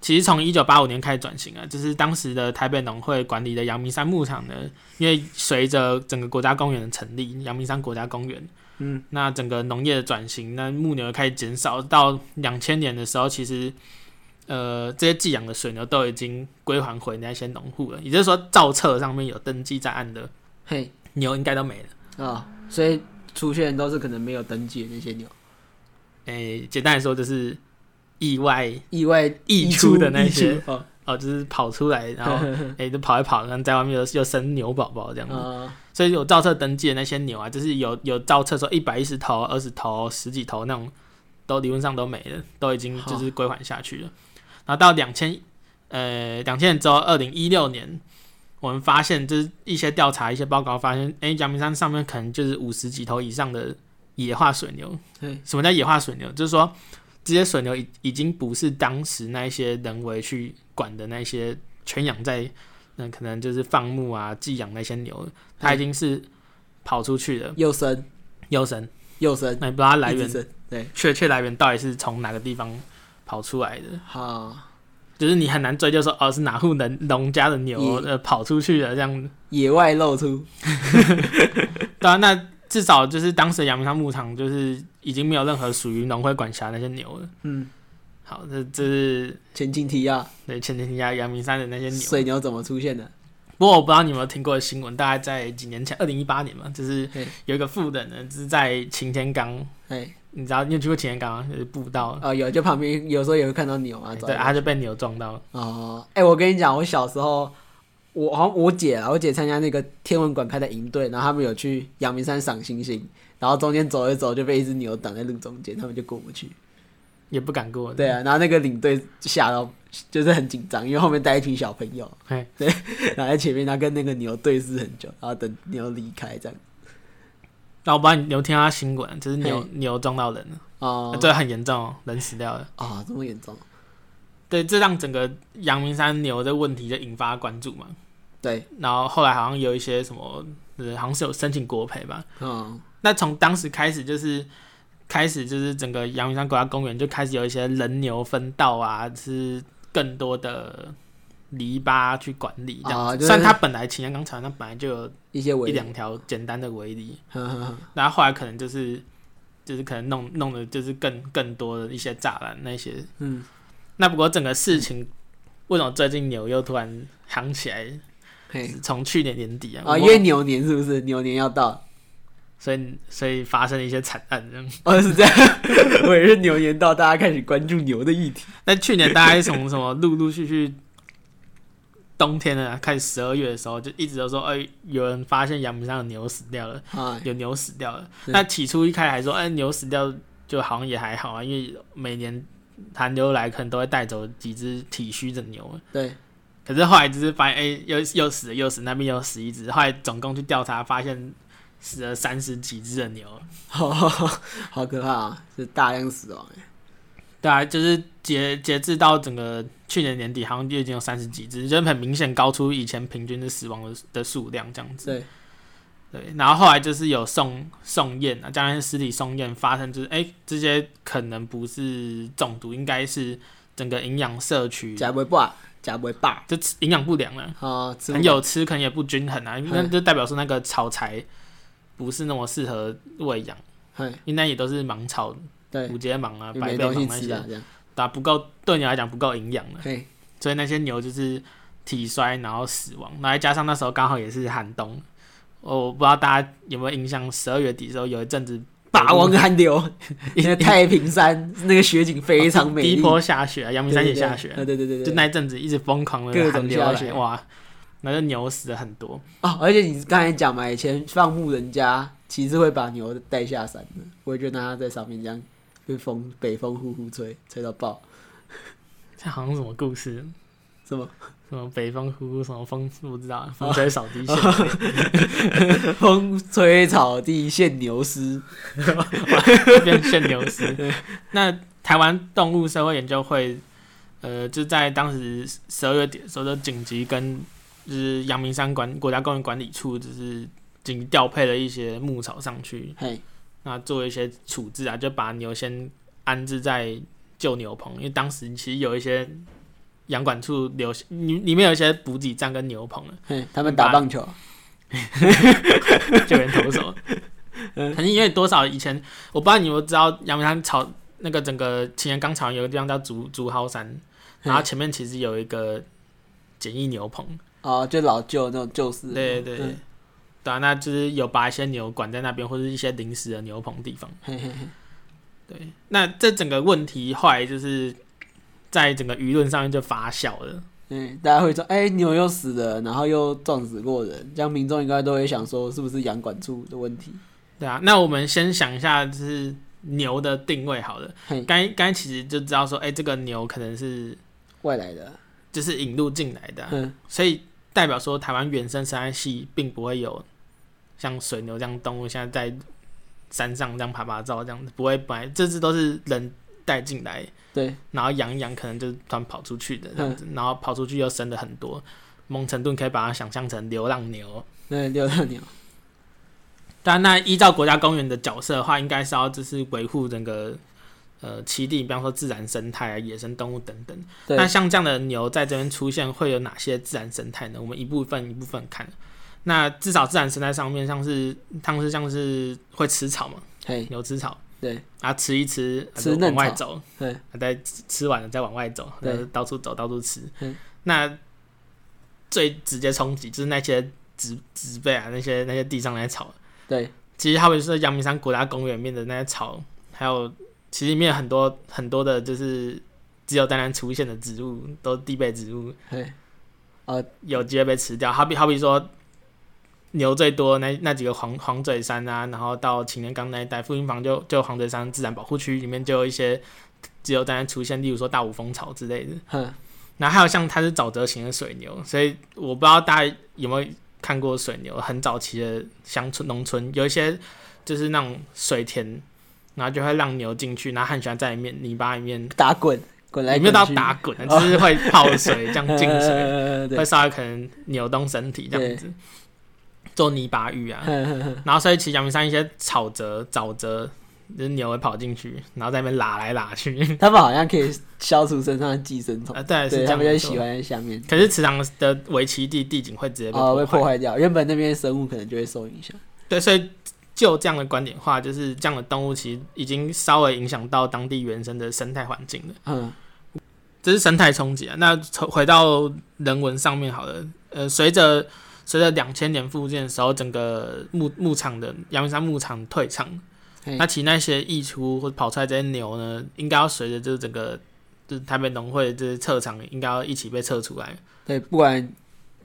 [SPEAKER 1] 其实从一九八五年开始转型啊，就是当时的台北农会管理的阳明山牧场呢，因为随着整个国家公园的成立，阳明山国家公园，
[SPEAKER 2] 嗯，
[SPEAKER 1] 那整个农业的转型，那牧牛开始减少，到两千年的时候，其实呃这些寄养的水牛都已经归还回那些农户了，也就是说造册上面有登记在案的
[SPEAKER 2] 嘿
[SPEAKER 1] 牛应该都没了。
[SPEAKER 2] 啊，所以出现都是可能没有登记的那些牛，
[SPEAKER 1] 诶、简单来说就是意外
[SPEAKER 2] 意外
[SPEAKER 1] 溢
[SPEAKER 2] 出
[SPEAKER 1] 出的那
[SPEAKER 2] 溢
[SPEAKER 1] 些
[SPEAKER 2] 出哦
[SPEAKER 1] 哦，就是跑出来，然后诶、就跑一跑，然后在外面又又生牛宝宝这样子。
[SPEAKER 2] 啊，
[SPEAKER 1] 所以有造册登记的那些牛啊，就是有有造册说一百一十头、二十头、十几头那种，都理论上都没了，都已经
[SPEAKER 2] 好
[SPEAKER 1] 就是归还下去了。然后到两千呃两千年之后，二零一六年，我们发现就是一些调查、一些报告发现，哎、阳明山上面可能就是五十几头以上的野化水牛。
[SPEAKER 2] 对，
[SPEAKER 1] 什么叫野化水牛？就是说这些水牛已已经不是当时那一些人为去管的那些圈养在。那可能就是放牧啊、寄养那些牛了，它已经是跑出去了。
[SPEAKER 2] 又生
[SPEAKER 1] 幽神，
[SPEAKER 2] 又生，
[SPEAKER 1] 那你不知道它来
[SPEAKER 2] 一
[SPEAKER 1] 源
[SPEAKER 2] 直，生对，
[SPEAKER 1] 确切来源到底是从哪个地方跑出来的，
[SPEAKER 2] 好。
[SPEAKER 1] 就是你很难追究说哦是哪户人农家的牛
[SPEAKER 2] 嗯
[SPEAKER 1] 呃跑出去了这样。
[SPEAKER 2] 野外露出，
[SPEAKER 1] 对啊，那至少就是当时的阳明山牧场就是已经没有任何属于农会管辖那些牛了。
[SPEAKER 2] 嗯，
[SPEAKER 1] 好，这这是
[SPEAKER 2] 前情提要，
[SPEAKER 1] 对前天下阳明山的那些牛。
[SPEAKER 2] 水牛怎么出现的？
[SPEAKER 1] 不过我不知道你有没有听过新闻，大概在几年前，二零一八年嘛，就是
[SPEAKER 2] 嘿
[SPEAKER 1] 有一个妇人呢，就是在擎天岗
[SPEAKER 2] 哎，
[SPEAKER 1] 你知道你有去过擎天岗吗？就是步道，
[SPEAKER 2] 哦，有，就旁边有时候也会看到牛啊，
[SPEAKER 1] 哎对，
[SPEAKER 2] 走
[SPEAKER 1] 对，他就被牛撞到。
[SPEAKER 2] 哦，哎、我跟你讲，我小时候，我好像我姐啊，我姐参加那个天文馆开的营队，然后他们有去阳明山赏星星，然后中间走一走就被一只牛挡在路中间，他们就过不去。
[SPEAKER 1] 也不敢过。
[SPEAKER 2] 对，啊，然后那个领队吓到，就是很紧张，因为后面带一群小朋友，
[SPEAKER 1] 嘿
[SPEAKER 2] 对，然后在前面他跟那个牛对视很久，然后等牛离开这样。
[SPEAKER 1] 那我不知道你有没有听到新闻，就是牛
[SPEAKER 2] 嘿
[SPEAKER 1] 牛撞到人了，
[SPEAKER 2] 哦
[SPEAKER 1] 啊，这、很严重哦，人死掉了。
[SPEAKER 2] 啊、这么严重？
[SPEAKER 1] 对，这让整个阳明山牛的问题就引发关注嘛。
[SPEAKER 2] 对，
[SPEAKER 1] 然后后来好像有一些什么，呃，好像是有申请国赔吧。
[SPEAKER 2] 嗯。
[SPEAKER 1] 那从当时开始就是。开始就是整个阳明山国家公园就开始有一些人牛分道啊，是更多的篱笆去管理这样子。
[SPEAKER 2] 啊就是
[SPEAKER 1] 虽然它本来擎天岗场上本来就有
[SPEAKER 2] 一些
[SPEAKER 1] 一
[SPEAKER 2] 围
[SPEAKER 1] 两条简单的围篱，
[SPEAKER 2] 呵呵呵
[SPEAKER 1] 然后后来可能就是就是可能弄弄的就是更更多的一些栅栏那些。
[SPEAKER 2] 嗯，
[SPEAKER 1] 那不过整个事情为什么最近牛又突然夯起来？
[SPEAKER 2] 嘿，
[SPEAKER 1] 从去年年底啊，
[SPEAKER 2] 啊，
[SPEAKER 1] 我
[SPEAKER 2] 因为牛年是不是牛年要到？
[SPEAKER 1] 所以所以发生了一些惨案这样。
[SPEAKER 2] 哦，是这样， 我也是牛年到，大家开始关注牛的 议题。
[SPEAKER 1] 那去年大概从什么陆陆续续冬天呢开始，十二月的时候就一直都说，哎、有人发现阳明山有牛死掉了。
[SPEAKER 2] 啊，
[SPEAKER 1] 有牛死掉了。
[SPEAKER 2] 对
[SPEAKER 1] 那起初一开始还说，哎、牛死掉就好像也还好啊，因为每年寒流来可能都会带走几只体虚的牛。
[SPEAKER 2] 对，
[SPEAKER 1] 可是后来就是发现，哎、又又死了又死，那边又死一只。后来总共去调查，发现死了三十几只的牛。
[SPEAKER 2] 好，好可怕啊，是大量死亡哎。
[SPEAKER 1] 对啊，就是截截至到整个去年年底，好像就已经有三十几只，就是很明显高出以前平均的死亡的的数量这样子。
[SPEAKER 2] 对，
[SPEAKER 1] 对，然后后来就是有送送验啊，当然是尸体送验发生，就是哎、这些可能不是中毒，应该是整个营养摄取
[SPEAKER 2] 假不霸，假不霸，
[SPEAKER 1] 就吃营养不良了，
[SPEAKER 2] 啊，吃
[SPEAKER 1] 可
[SPEAKER 2] 不
[SPEAKER 1] 能有吃，可能也不均衡啊，那
[SPEAKER 2] 嗯
[SPEAKER 1] 就代表说那个草材不是那么适合喂养，
[SPEAKER 2] 嘿，
[SPEAKER 1] 因为那也都是芒草、
[SPEAKER 2] 对，
[SPEAKER 1] 五节芒啊、
[SPEAKER 2] 又
[SPEAKER 1] 白
[SPEAKER 2] 没
[SPEAKER 1] 背
[SPEAKER 2] 东
[SPEAKER 1] 芒
[SPEAKER 2] 西
[SPEAKER 1] 那
[SPEAKER 2] 吃
[SPEAKER 1] 些
[SPEAKER 2] 啊，，这 样，
[SPEAKER 1] 打不够对牛来讲不够营养啊了，
[SPEAKER 2] 嘿，
[SPEAKER 1] 所以那些牛就是体衰然后死亡，然后再加上那时候刚好也是寒冬，我不知道大家有没有印象，十二月底的时候有一阵子
[SPEAKER 2] 霸王寒流， 那个太平山那个雪景非常美 丽，
[SPEAKER 1] 低坡下雪啊，阳明山也下雪，
[SPEAKER 2] 对对对对对，
[SPEAKER 1] 就那一阵子一直疯狂的
[SPEAKER 2] 各种
[SPEAKER 1] 寒流
[SPEAKER 2] 下
[SPEAKER 1] 来
[SPEAKER 2] 雪
[SPEAKER 1] 哇，那就牛死了很多。
[SPEAKER 2] 哦，而且你刚才讲嘛，以前放牧人家其实会把牛带下山的，我就让它在上面这样被风北风呼呼吹，吹到爆，
[SPEAKER 1] 这好像什么故事？
[SPEAKER 2] 是吗？
[SPEAKER 1] 什么北风呼呼，什么风不知道，风吹扫地线，
[SPEAKER 2] 风吹草地现牛尸，
[SPEAKER 1] 变现牛尸。那台湾动物社会研究会，呃，就在当时十二月底的时候，就紧急跟就是阳明山管国家公园管理处，就是紧急调配了一些牧草上去，
[SPEAKER 2] 嘿，
[SPEAKER 1] 那做一些处置啊，就把牛先安置在旧牛棚，因为当时其实有一些养管处留下里里面有一些补给站跟牛棚了。
[SPEAKER 2] 嘿，他们打棒球，
[SPEAKER 1] 救援投 手。
[SPEAKER 2] 嗯
[SPEAKER 1] 肯定因为多少以前，我不知道你有没有知道阳明山草那个整个青年钢草原有个地方叫竹竹蒿山，然后前面其实有一个简易牛棚，
[SPEAKER 2] 哦，就老旧那种旧式，
[SPEAKER 1] 对对对
[SPEAKER 2] 嗯，
[SPEAKER 1] 对啊，那就是有把一些牛管在那边，或者一些临时的牛棚地方。
[SPEAKER 2] 嘿嘿嘿，
[SPEAKER 1] 对，那这整个问题后来就是在整个舆论上面就发酵了。
[SPEAKER 2] 嗯，大家会说，哎、牛又死了，然后又撞死过人，这样民众应该都会想说，是不是养管处的问题？
[SPEAKER 1] 对啊，那我们先想一下就是牛的定位好了，
[SPEAKER 2] 嘿，
[SPEAKER 1] 刚刚才其实就知道说，哎、这个牛可能是
[SPEAKER 2] 外来的，
[SPEAKER 1] 就是引入进来的啊、
[SPEAKER 2] 嗯，
[SPEAKER 1] 所以代表说台湾原生生态系并不会有像水牛这样动物现在在山上这样爬爬照这样子，不会本来这只都是人带进来，
[SPEAKER 2] 对，
[SPEAKER 1] 然后养一养可能就突然跑出去的这样子，然后跑出去又生的很多，某种程度你可以把它想象成流浪牛。
[SPEAKER 2] 那六大鸟，
[SPEAKER 1] 但那依照国家公园的角色的话，应该是要就是维护整个呃栖地，比方说自然生态啊、野生动物等等。
[SPEAKER 2] 对
[SPEAKER 1] 那，像这样的牛在这边出现，会有哪些自然生态呢？我们一部分一部分看。那至少自然生态上面，像是像是像是会吃草嘛，
[SPEAKER 2] 嘿，
[SPEAKER 1] 牛吃草，
[SPEAKER 2] 对，
[SPEAKER 1] 然后吃一吃，
[SPEAKER 2] 吃
[SPEAKER 1] 啊就
[SPEAKER 2] 嫩
[SPEAKER 1] 往
[SPEAKER 2] 草
[SPEAKER 1] 外走，
[SPEAKER 2] 对
[SPEAKER 1] 啊，再吃吃完了再往外走，
[SPEAKER 2] 对
[SPEAKER 1] 然后到处走到处吃
[SPEAKER 2] 嗯。
[SPEAKER 1] 那最直接冲击就是那些植植被啊，那些那些地上那些草，
[SPEAKER 2] 对，
[SPEAKER 1] 其实他们是阳明山国家公园里面的那些草，还有其实里面很多很多的，就是只有单单出现的植物，都是地被植物，
[SPEAKER 2] 嘿，
[SPEAKER 1] 有机会被吃掉。好比好比说牛最多那那几个黄黄嘴山啊，然后到秦连岗那一带，附近房就就黄嘴山啊自然保护区里面就有一些只有单单出现，例如说大五蜂草之类的。
[SPEAKER 2] 哼，
[SPEAKER 1] 然后还有像它是沼泽型的水牛，所以我不知道大家有没有看过水牛，很早期的乡村农村有一些就是那种水田，然后就会让牛进去，然后它很喜欢在里面泥巴里面，
[SPEAKER 2] 打滚，滚来
[SPEAKER 1] 也
[SPEAKER 2] 滚
[SPEAKER 1] 没有到
[SPEAKER 2] 去
[SPEAKER 1] 打滚，就是 会泡水这样进水，
[SPEAKER 2] 呃
[SPEAKER 1] 会
[SPEAKER 2] 对，
[SPEAKER 1] 稍微可能扭动身体这样子，做泥巴浴 啊。
[SPEAKER 2] 哼哼哼
[SPEAKER 1] 然后所以其实阳明山一些草泽、沼泽，就是牛会跑进去，然后在那边拉来拉 去。
[SPEAKER 2] 他们好像可以消除身上的寄生虫
[SPEAKER 1] 啊，，对，是
[SPEAKER 2] 对
[SPEAKER 1] 这
[SPEAKER 2] 他
[SPEAKER 1] 样
[SPEAKER 2] 们就
[SPEAKER 1] 没
[SPEAKER 2] 喜
[SPEAKER 1] 错。
[SPEAKER 2] 欢在下面，
[SPEAKER 1] 可是池塘的围棋地地景会直接被
[SPEAKER 2] 哦，
[SPEAKER 1] 破
[SPEAKER 2] 被
[SPEAKER 1] 坏
[SPEAKER 2] 破。坏掉，原本那边的生物可能就会受影响，
[SPEAKER 1] 对，所以就这样的观点的话，就是这样的动物其实已经稍微影响到当地原生的生态环境了，
[SPEAKER 2] 嗯，
[SPEAKER 1] 这是生态冲击啊。那从回到人文上面好了，呃，随着随着两千年复建的时候，整个牧牧场的阳明山牧场退场，
[SPEAKER 2] 嘿
[SPEAKER 1] 那其实那些溢出或者跑出来这些牛呢，应该要随着就是整个就是台北农会这些撤场，应该要一起被撤出来。
[SPEAKER 2] 对，不管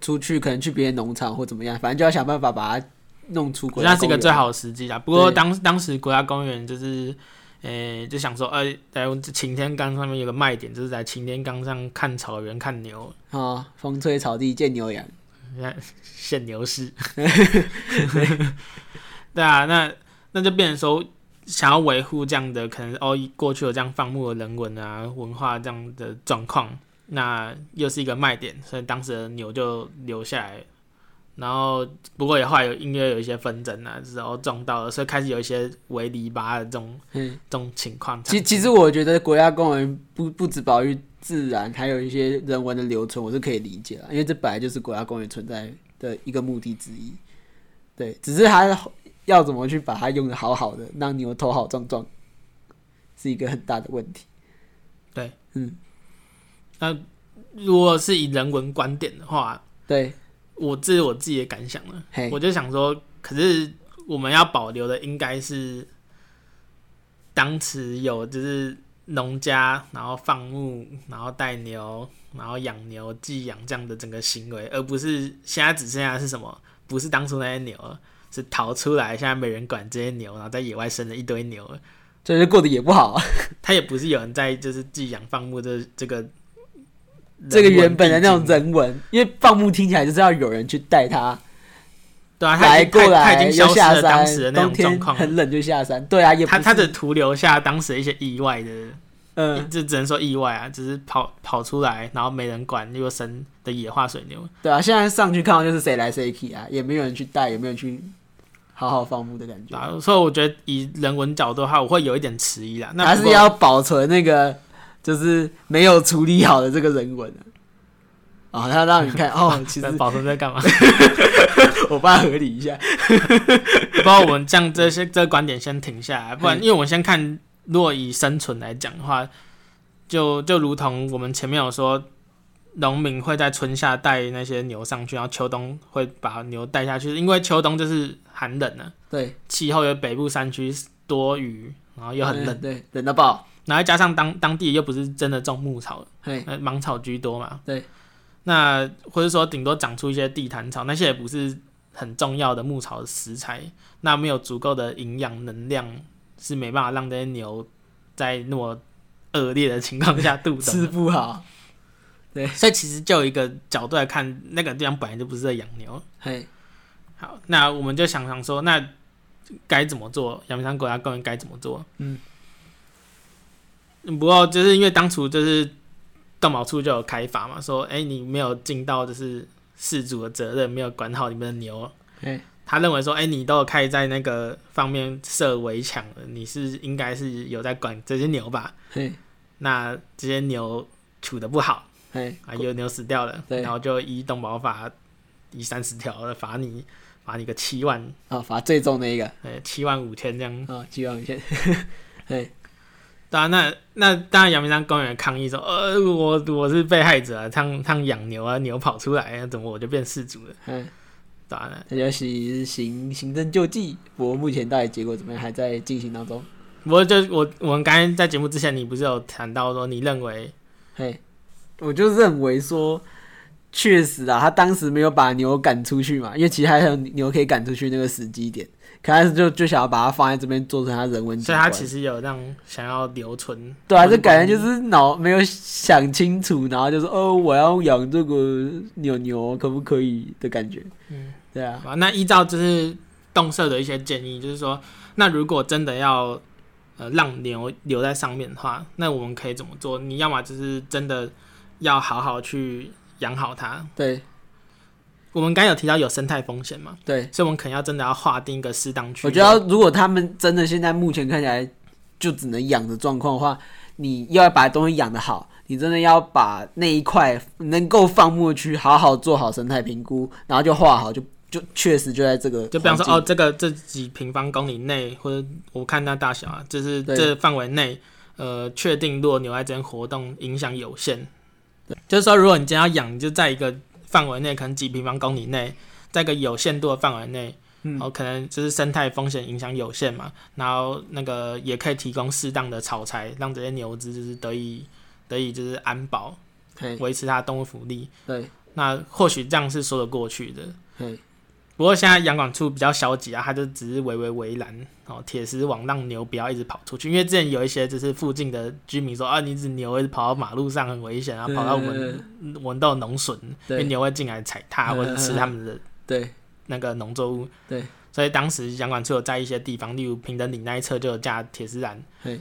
[SPEAKER 2] 出去可能去别的农场或怎么样，反正就要想办法把它弄出国家
[SPEAKER 1] 那是一个
[SPEAKER 2] 公园
[SPEAKER 1] 最好的时机啦。不过
[SPEAKER 2] 对
[SPEAKER 1] 当当时国家公园就是，呃、就想说，呃、在擎天岗上面有个卖点，就是在擎天岗上看草原、看牛、
[SPEAKER 2] 哦，风吹草地见牛羊，
[SPEAKER 1] 现牛 市。对啊，那那就变成说，想要维护这样的可能哦，过去有这样放牧的人文啊、文化这样的状况，那又是一个卖点，所以当时的牛就留下来。然后，不过也后来有因为有一些纷争啊，之后撞到了，所以开始有一些围篱笆的这种
[SPEAKER 2] 嗯，
[SPEAKER 1] 这种情况。
[SPEAKER 2] 其其实我觉得国家公园不不止保育自然，还有一些人文的留存，我是可以理解的，因为这本来就是国家公园存在的一个目的之一。对，只是它要怎么去把它用的好好的，让牛头好壮壮，是一个很大的问题。
[SPEAKER 1] 如果是以人文观点的话，
[SPEAKER 2] 对，
[SPEAKER 1] 我这是我自己的感想了。
[SPEAKER 2] 嘿，
[SPEAKER 1] 我就想说，可是我们要保留的应该是当时有就是农家，然后放牧，然后带牛，然后养牛、寄养这样的整个行为，而不是现在只剩下的是什么？不是当初那些牛了，是逃出来，现在没人管这些牛，然后在野外生了一堆牛了。
[SPEAKER 2] 所以就过得也不好啊。
[SPEAKER 1] 他也不是有人在就是寄养放牧这这个
[SPEAKER 2] 这个原本的那
[SPEAKER 1] 人文
[SPEAKER 2] 种
[SPEAKER 1] 地景
[SPEAKER 2] 人文，因为放牧听起来就是要有人去带它
[SPEAKER 1] 对啊，他已
[SPEAKER 2] 来
[SPEAKER 1] 经
[SPEAKER 2] 过
[SPEAKER 1] 他
[SPEAKER 2] 来，
[SPEAKER 1] 已经消
[SPEAKER 2] 又
[SPEAKER 1] 失
[SPEAKER 2] 下
[SPEAKER 1] 了
[SPEAKER 2] 山
[SPEAKER 1] 当时的，那
[SPEAKER 2] 冬
[SPEAKER 1] 种状
[SPEAKER 2] 天
[SPEAKER 1] 况了。
[SPEAKER 2] 很冷就下山。对啊，也不
[SPEAKER 1] 他他的
[SPEAKER 2] 是
[SPEAKER 1] 徒留下当时一些意外的
[SPEAKER 2] 嗯，
[SPEAKER 1] 这只能说意外啊，只是跑跑出来，然后没人管，又生的野化水牛。
[SPEAKER 2] 对啊，现在上去看到就是谁来谁去啊，也没有人去带，也没有人去好好放牧的感觉，
[SPEAKER 1] 然后，所以我觉得以人文角度的话，我会有一点迟疑啦。那
[SPEAKER 2] 还
[SPEAKER 1] 不
[SPEAKER 2] 是
[SPEAKER 1] 过
[SPEAKER 2] 要保存那个就是没有处理好的这个人文啊。啊，他让你看哦，其实
[SPEAKER 1] 保存在干嘛？
[SPEAKER 2] 我帮他合理一下，
[SPEAKER 1] 不过我们这样这些这个观点先停下来，不然
[SPEAKER 2] 嗯
[SPEAKER 1] 因为我先看，如果以生存来讲的话，就就如同我们前面有说，农民会在春夏带那些牛上去，然后秋冬会把牛带下去，因为秋冬就是寒冷啊了，
[SPEAKER 2] 对，
[SPEAKER 1] 气候有北部山区多雨，然后又很冷
[SPEAKER 2] 嗯，对，冷到爆，
[SPEAKER 1] 然后再加上当当地又不是真的种牧草，
[SPEAKER 2] 嘿，
[SPEAKER 1] 呃，芒草居多嘛。
[SPEAKER 2] 对。
[SPEAKER 1] 那或者说顶多长出一些地毯草，那些也不是很重要的牧草的食材，那没有足够的营养能量，是没办法让这些牛在那么恶劣的情况下度冬
[SPEAKER 2] 吃
[SPEAKER 1] 的。
[SPEAKER 2] 不好，
[SPEAKER 1] 所以其实就有一个角度来看，那个地方本来就不是在养牛。
[SPEAKER 2] 嘿，
[SPEAKER 1] 好，那我们就想想说，那该怎么做？阳明山国家公园该怎么做？
[SPEAKER 2] 嗯
[SPEAKER 1] 嗯，不过就是因为当初就是动保处就有开罚嘛，说哎、你没有尽到就是事主的责任，没有管好你们的牛。
[SPEAKER 2] 嘿，
[SPEAKER 1] 他认为说，哎、你都有开始在那个方面设围墙了，你是应该是有在管这些牛吧？
[SPEAKER 2] 嘿，
[SPEAKER 1] 那这些牛处的不好
[SPEAKER 2] 嘿，
[SPEAKER 1] 啊，有牛死掉了，
[SPEAKER 2] 对
[SPEAKER 1] 然后就依动保法第三十条罚你罚你个七万，
[SPEAKER 2] 啊，罚最重的一个
[SPEAKER 1] 呃，七万五千这样。
[SPEAKER 2] 啊，希望一些，嘿，
[SPEAKER 1] 对啊，那那当然，阳明山公园抗议说，呃，我我是被害者啊，他们他们养牛啊，牛跑出来啊，怎么我就变事主了？
[SPEAKER 2] 嗯，
[SPEAKER 1] 对啊，
[SPEAKER 2] 那就是行行政救济，不过目前到底结果怎么样，还在进行当中，
[SPEAKER 1] 不过就我我们刚才在节目之前，你不是有谈到说，你认为
[SPEAKER 2] 嘿，我就认为说，确实啊，他当时没有把牛赶出去嘛，因为其实还有牛可以赶出去那个时机点，可他就就想要把它放在这边做成他人文景
[SPEAKER 1] 所以他
[SPEAKER 2] 观，
[SPEAKER 1] 其实有让想要留存，
[SPEAKER 2] 对啊，这感觉就是脑没有想清楚，然后就说哦，我要养这个牛牛，可不可以的感觉，
[SPEAKER 1] 嗯，
[SPEAKER 2] 对啊，
[SPEAKER 1] 啊，那依照就是动社的一些建议，就是说，那如果真的要呃让牛留在上面的话，那我们可以怎么做？你要么就是真的要好好去养好它。
[SPEAKER 2] 对
[SPEAKER 1] 我们刚才有提到有生态风险嘛？
[SPEAKER 2] 对。
[SPEAKER 1] 所以我们可能要真的要划定一个适当区。
[SPEAKER 2] 我觉得，如果他们真的现在目前看起来就只能养的状况的话，你要把东西养得好，你真的要把那一块能够放牧区好好做好生态评估，然后就画好，就就确实就在这个
[SPEAKER 1] 就比方说，
[SPEAKER 2] 环
[SPEAKER 1] 哦，
[SPEAKER 2] 境，
[SPEAKER 1] 这个这几平方公里内，或者我看它大小啊，就是
[SPEAKER 2] 对
[SPEAKER 1] 这范围内，呃，确定如果牛在这边活动影响有限，就是说，如果你今天要养，你就在一个范围内，可能几平方公里内，在一个有限度的范围内，
[SPEAKER 2] 嗯
[SPEAKER 1] 哦，可能就是生态风险影响有限嘛，然后那个也可以提供适当的草材，让这些牛只就是得以得以就是安保，
[SPEAKER 2] 嘿
[SPEAKER 1] 维持它的动物福利。
[SPEAKER 2] 对
[SPEAKER 1] 那或许这样是说得过去的。
[SPEAKER 2] 嘿
[SPEAKER 1] 不过现在养管处比较消极啊，他就只是围围围栏，哦，铁丝网让牛不要一直跑出去，因为之前有一些就是附近的居民说啊，你只牛一直跑到马路上很危险啊，
[SPEAKER 2] 嗯
[SPEAKER 1] 跑到闻闻到农损，因
[SPEAKER 2] 对
[SPEAKER 1] 为牛会进来踩踏
[SPEAKER 2] 嗯
[SPEAKER 1] 或者吃他们的
[SPEAKER 2] 对
[SPEAKER 1] 那个农作物。
[SPEAKER 2] 对，
[SPEAKER 1] 所以当时养管处有在一些地方，例如平等岭那一侧就有架铁丝栏，
[SPEAKER 2] 嘿，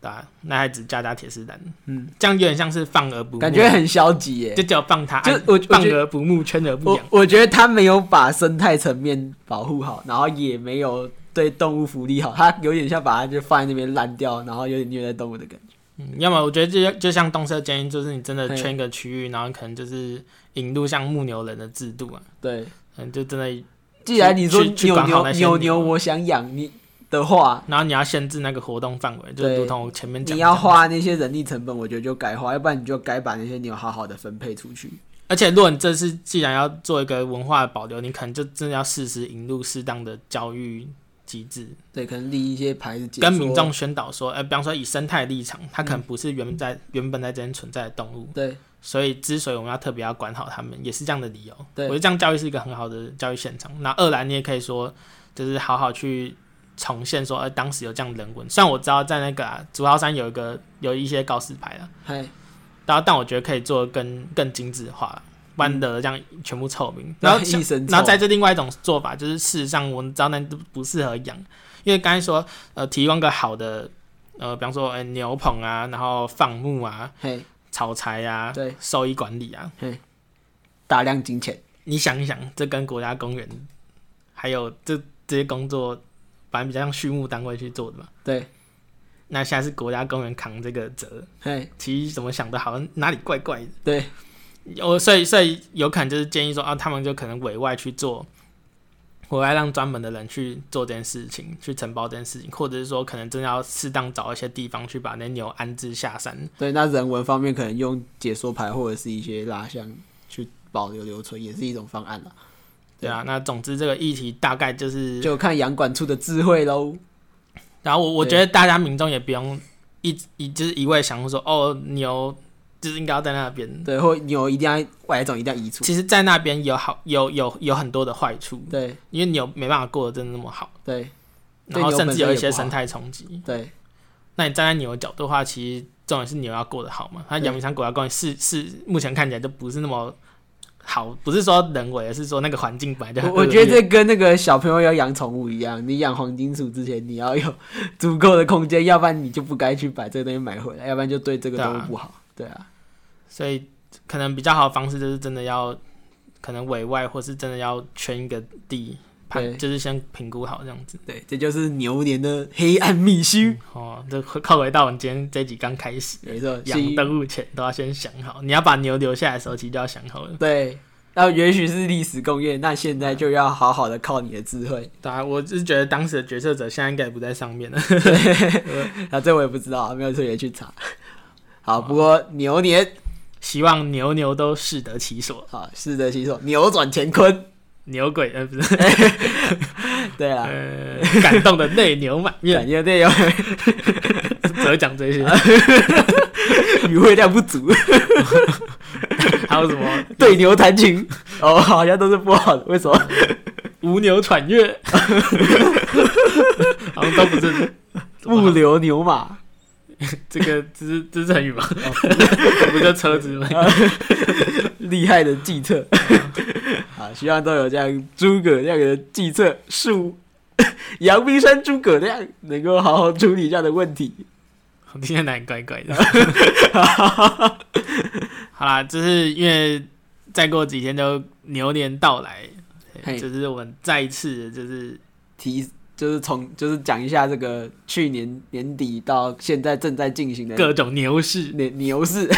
[SPEAKER 1] 对吧、那还只架架铁丝栏，
[SPEAKER 2] 嗯，
[SPEAKER 1] 这样有点像是放而不目，
[SPEAKER 2] 感觉很消极耶
[SPEAKER 1] 就。只有放它，
[SPEAKER 2] 就
[SPEAKER 1] 哎
[SPEAKER 2] 我我觉
[SPEAKER 1] 放
[SPEAKER 2] 得
[SPEAKER 1] 而不目，圈而不
[SPEAKER 2] 我
[SPEAKER 1] 养。
[SPEAKER 2] 我觉得他没有把生态层面保护好，然后也没有对动物福利好，他有点像把它就放在那边烂掉，然后有点虐待动物的感觉。
[SPEAKER 1] 嗯，要么我觉得就就像东社建议，就是你真的
[SPEAKER 2] 嘿
[SPEAKER 1] 圈一个区域，然后可能就是引入像牧牛人的制度啊，
[SPEAKER 2] 对，
[SPEAKER 1] 嗯，就真的，
[SPEAKER 2] 既然你说
[SPEAKER 1] 去去
[SPEAKER 2] 牛
[SPEAKER 1] 管好
[SPEAKER 2] 牛
[SPEAKER 1] 那些
[SPEAKER 2] 牛牛，
[SPEAKER 1] 牛
[SPEAKER 2] 我想养你的话，
[SPEAKER 1] 然后你要限制那个活动范围，就
[SPEAKER 2] 对
[SPEAKER 1] 如同我前面讲，
[SPEAKER 2] 你要，花那些人力成本，我觉得就该花，要不然你就该把那些牛好好的分配出去。
[SPEAKER 1] 而且如果你这次既然要做一个文化的保留，你可能就真的要适时引入适当的教育机制，
[SPEAKER 2] 对，可能立一些牌子解
[SPEAKER 1] 跟
[SPEAKER 2] 说嗯
[SPEAKER 1] 民众宣导说，哎、比方说以生态立场，它可能不是原在原本在这边存在的动物，
[SPEAKER 2] 对
[SPEAKER 1] 所以之所以我们要特别要管好它们，也是这样的理由。
[SPEAKER 2] 对
[SPEAKER 1] 我觉得这样教育是一个很好的教育现场。那二来你也可以说，就是好好去重现说，呃，当时有这样的人文。虽然我知道在那个、啊、竹号山有一个有一些告示牌了，
[SPEAKER 2] 嗨，
[SPEAKER 1] 但但我觉得可以做得更更精致化，不然得这样全部臭名。然
[SPEAKER 2] 那
[SPEAKER 1] 后 像
[SPEAKER 2] 嗯一身臭，
[SPEAKER 1] 然后再这另外一种做法，就是事实上我们知道那都不适合养，因为刚才说呃提供个好的呃，比方说、呃、牛棚啊，然后放牧啊、
[SPEAKER 2] 嘿
[SPEAKER 1] 草材啊、
[SPEAKER 2] 对
[SPEAKER 1] 兽医管理啊，
[SPEAKER 2] 大量金钱，
[SPEAKER 1] 你想一想，这跟国家公园还有这这些工作，反正比较像畜牧单位去做的嘛。
[SPEAKER 2] 对，
[SPEAKER 1] 那现在是国家公园扛这个责，
[SPEAKER 2] 嘿
[SPEAKER 1] 其实怎么想的，好像哪里怪怪的。
[SPEAKER 2] 对，
[SPEAKER 1] 我所以所以有可能就是建议说啊，他们就可能委外去做，委外让专门的人去做这件事情，去承包这件事情，或者是说可能真的要适当找一些地方去把那牛安置下山。
[SPEAKER 2] 对，那人文方面可能用解说牌或者是一些蜡像去保留留存，也是一种方案啦。
[SPEAKER 1] 对啊，那总之这个议题大概就是
[SPEAKER 2] 就看洋管处的智慧喽。
[SPEAKER 1] 然后我我
[SPEAKER 2] 对
[SPEAKER 1] 觉得大家民众也不用一一就是一味想说哦牛就是应该要在那边，
[SPEAKER 2] 对，或牛一定要外来种一定要移除。
[SPEAKER 1] 其实，在那边有好有有有很多的坏处，
[SPEAKER 2] 对
[SPEAKER 1] 因为牛没办法过得真的那么好，
[SPEAKER 2] 对
[SPEAKER 1] 然
[SPEAKER 2] 对
[SPEAKER 1] 后
[SPEAKER 2] 牛
[SPEAKER 1] 甚
[SPEAKER 2] 本
[SPEAKER 1] 至
[SPEAKER 2] 身
[SPEAKER 1] 有一
[SPEAKER 2] 也
[SPEAKER 1] 些
[SPEAKER 2] 不好
[SPEAKER 1] 生态冲击。
[SPEAKER 2] 对
[SPEAKER 1] 那你站在牛的角度的话，其实重点是牛要过得好嘛。它
[SPEAKER 2] 对
[SPEAKER 1] 阳明山国家公园是是目前看起来就不是那么好，不是说人为，而是说那个环境本 来就很
[SPEAKER 2] 我我
[SPEAKER 1] 恶
[SPEAKER 2] 觉得
[SPEAKER 1] 劣
[SPEAKER 2] 这跟那个小朋友要养宠物一样，你养黄金鼠之前，你要有足够的空间，要不然你就不该去把这个东西买回来，要不然就对这个
[SPEAKER 1] 对啊
[SPEAKER 2] 动物不好。对啊，
[SPEAKER 1] 所以可能比较好的方式就是真的要可能委外，或是真的要圈一个地，
[SPEAKER 2] 对
[SPEAKER 1] 判就是先评估好这样子。
[SPEAKER 2] 对，这就是牛年的黑暗秘辛。
[SPEAKER 1] 哦， 这靠回到我们今天这集刚开始，
[SPEAKER 2] 没错，是
[SPEAKER 1] 养
[SPEAKER 2] 一
[SPEAKER 1] 动物前都要先想好，你要把牛留下来的时候，其实就要想好了。
[SPEAKER 2] 对，那也许是历史贡献，那现在就要好好的靠你的智 慧。
[SPEAKER 1] 对啊，我是觉得当时的决策者现在应该也不在上面了。
[SPEAKER 2] 那这我也不知道，没有特别去查。好，不过牛年
[SPEAKER 1] 希望牛牛都适得其所，
[SPEAKER 2] 啊，适得其所，扭转乾坤。
[SPEAKER 1] 牛鬼呃不是，
[SPEAKER 2] 对啊，
[SPEAKER 1] 呃， 感动的泪流满面，
[SPEAKER 2] 感觉 对有
[SPEAKER 1] 只会讲这些，
[SPEAKER 2] 语汇量不足，
[SPEAKER 1] 还有什么
[SPEAKER 2] 对牛弹琴，哦，好像都是不好的。为什 么？
[SPEAKER 1] 无牛喘月， 好像都不是
[SPEAKER 2] 木流牛 马，
[SPEAKER 1] 这个，这是这是成语吗？
[SPEAKER 2] 哦
[SPEAKER 1] 不就车子吗？
[SPEAKER 2] 厉害的计策。 啊，希望都有这样诸葛亮的计策，树 阳明山诸葛亮能够好好处理这样的问题。
[SPEAKER 1] 我听起来哪里怪怪的。 好啦，就是因为再过几天就牛年到来，
[SPEAKER 2] 嘿
[SPEAKER 1] 就是我们再一次就是
[SPEAKER 2] 提就是从就是讲一下这个去年年底到现在正在进行的
[SPEAKER 1] 各种牛市，
[SPEAKER 2] 牛牛 市，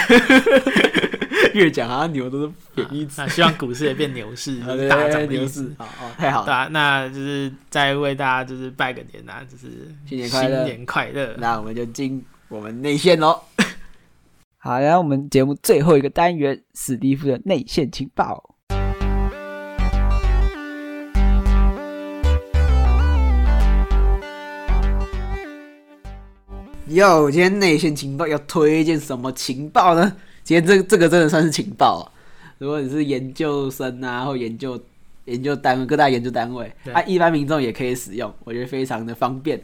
[SPEAKER 2] 越讲好像牛都是贬义 词，
[SPEAKER 1] 啊那希望股市也变牛市，
[SPEAKER 2] 啊
[SPEAKER 1] 就是
[SPEAKER 2] 对
[SPEAKER 1] 大涨的
[SPEAKER 2] 牛
[SPEAKER 1] 意思
[SPEAKER 2] 市，好哦，太好
[SPEAKER 1] 对
[SPEAKER 2] 了，
[SPEAKER 1] 啊，那就是再为大家就是拜个年啊，就是
[SPEAKER 2] 新年快乐
[SPEAKER 1] 新年快乐。
[SPEAKER 2] 那我们就进我们内线喽。 好，然后我们节目最后一个单元，史蒂夫的内线情报。哟，今天内线情报要推荐什么情报呢？今天这这个真的算是情报、啊。如果你是研究生啊，或研究研究单位各大研究单位，
[SPEAKER 1] 对
[SPEAKER 2] 啊，一般民众也可以使用，我觉得非常的方便。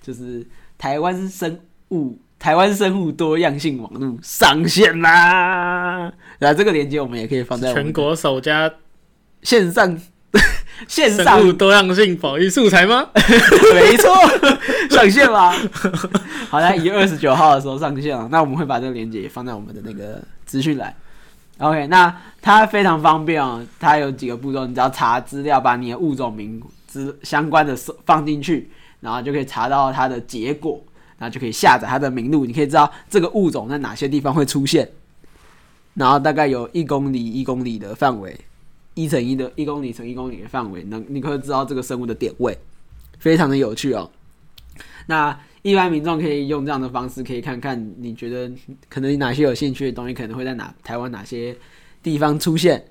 [SPEAKER 2] 就是台湾生物台湾生物多样性网络上线啦！然后这个链接我们也可以放在我们
[SPEAKER 1] 全国首家
[SPEAKER 2] 线上 线上
[SPEAKER 1] 生物多样性保育素材吗？
[SPEAKER 2] 没错，上线啦！好在一月二十九号的时候上线啊了。那我们会把这个链接也放在我们的那个资讯栏。OK，那它非常方便哦，它有几个步骤，你只要查资料，把你的物种名资相关的搜放进去，然后就可以查到它的结果，然后就可以下载它的名录，你可以知道这个物种在哪些地方会出现，然后大概有一公里一公里的范围，一乘一的一公里乘一公里的范围，能你可以知道这个生物的点位。非常的有趣哦。那一般民众可以用这样的方式，可以看看你觉得可能哪些有兴趣的东西可能会在哪台湾哪些地方出现，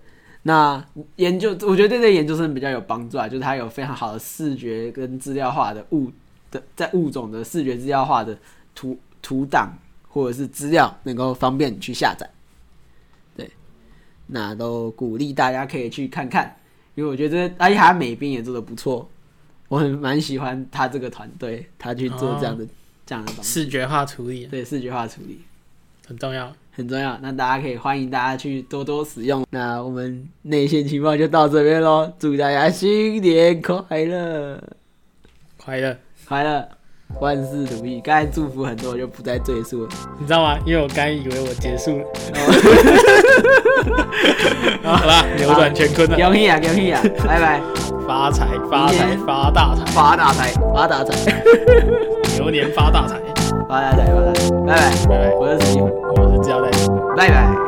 [SPEAKER 2] 那研究，我觉得对这个研究生比较有帮助啊，就是他有非常好的视觉跟资料化的物的在物种的视觉资料化的图图档或者是资料，能够方便你去下载。对，那都鼓励大家可以去看看，因为我觉得而且他美编也做的不错，我很蛮喜欢他这个团队，他去做这样的、这样的东西，
[SPEAKER 1] 视觉化处理
[SPEAKER 2] 对视觉化处理。
[SPEAKER 1] 很重要。
[SPEAKER 2] 很重要，那大家可以欢迎大家去多多使用。那我们内线情报就到这边喽，祝大家新年快乐，
[SPEAKER 1] 快乐，
[SPEAKER 2] 快乐，万事如意。刚才祝福很多，我就不再赘述了。
[SPEAKER 1] 你知道吗？因为我刚以为我结束了， 好啦，扭转乾坤了，
[SPEAKER 2] 恭喜啊，恭喜啊，拜拜，
[SPEAKER 1] 发财发财发大财，
[SPEAKER 2] 发大财，发大财，
[SPEAKER 1] 牛年发大财。
[SPEAKER 2] 发大财，发大财，拜拜，
[SPEAKER 1] 拜拜，
[SPEAKER 2] 我是史蒂夫，
[SPEAKER 1] 我是教代。
[SPEAKER 2] 拜拜。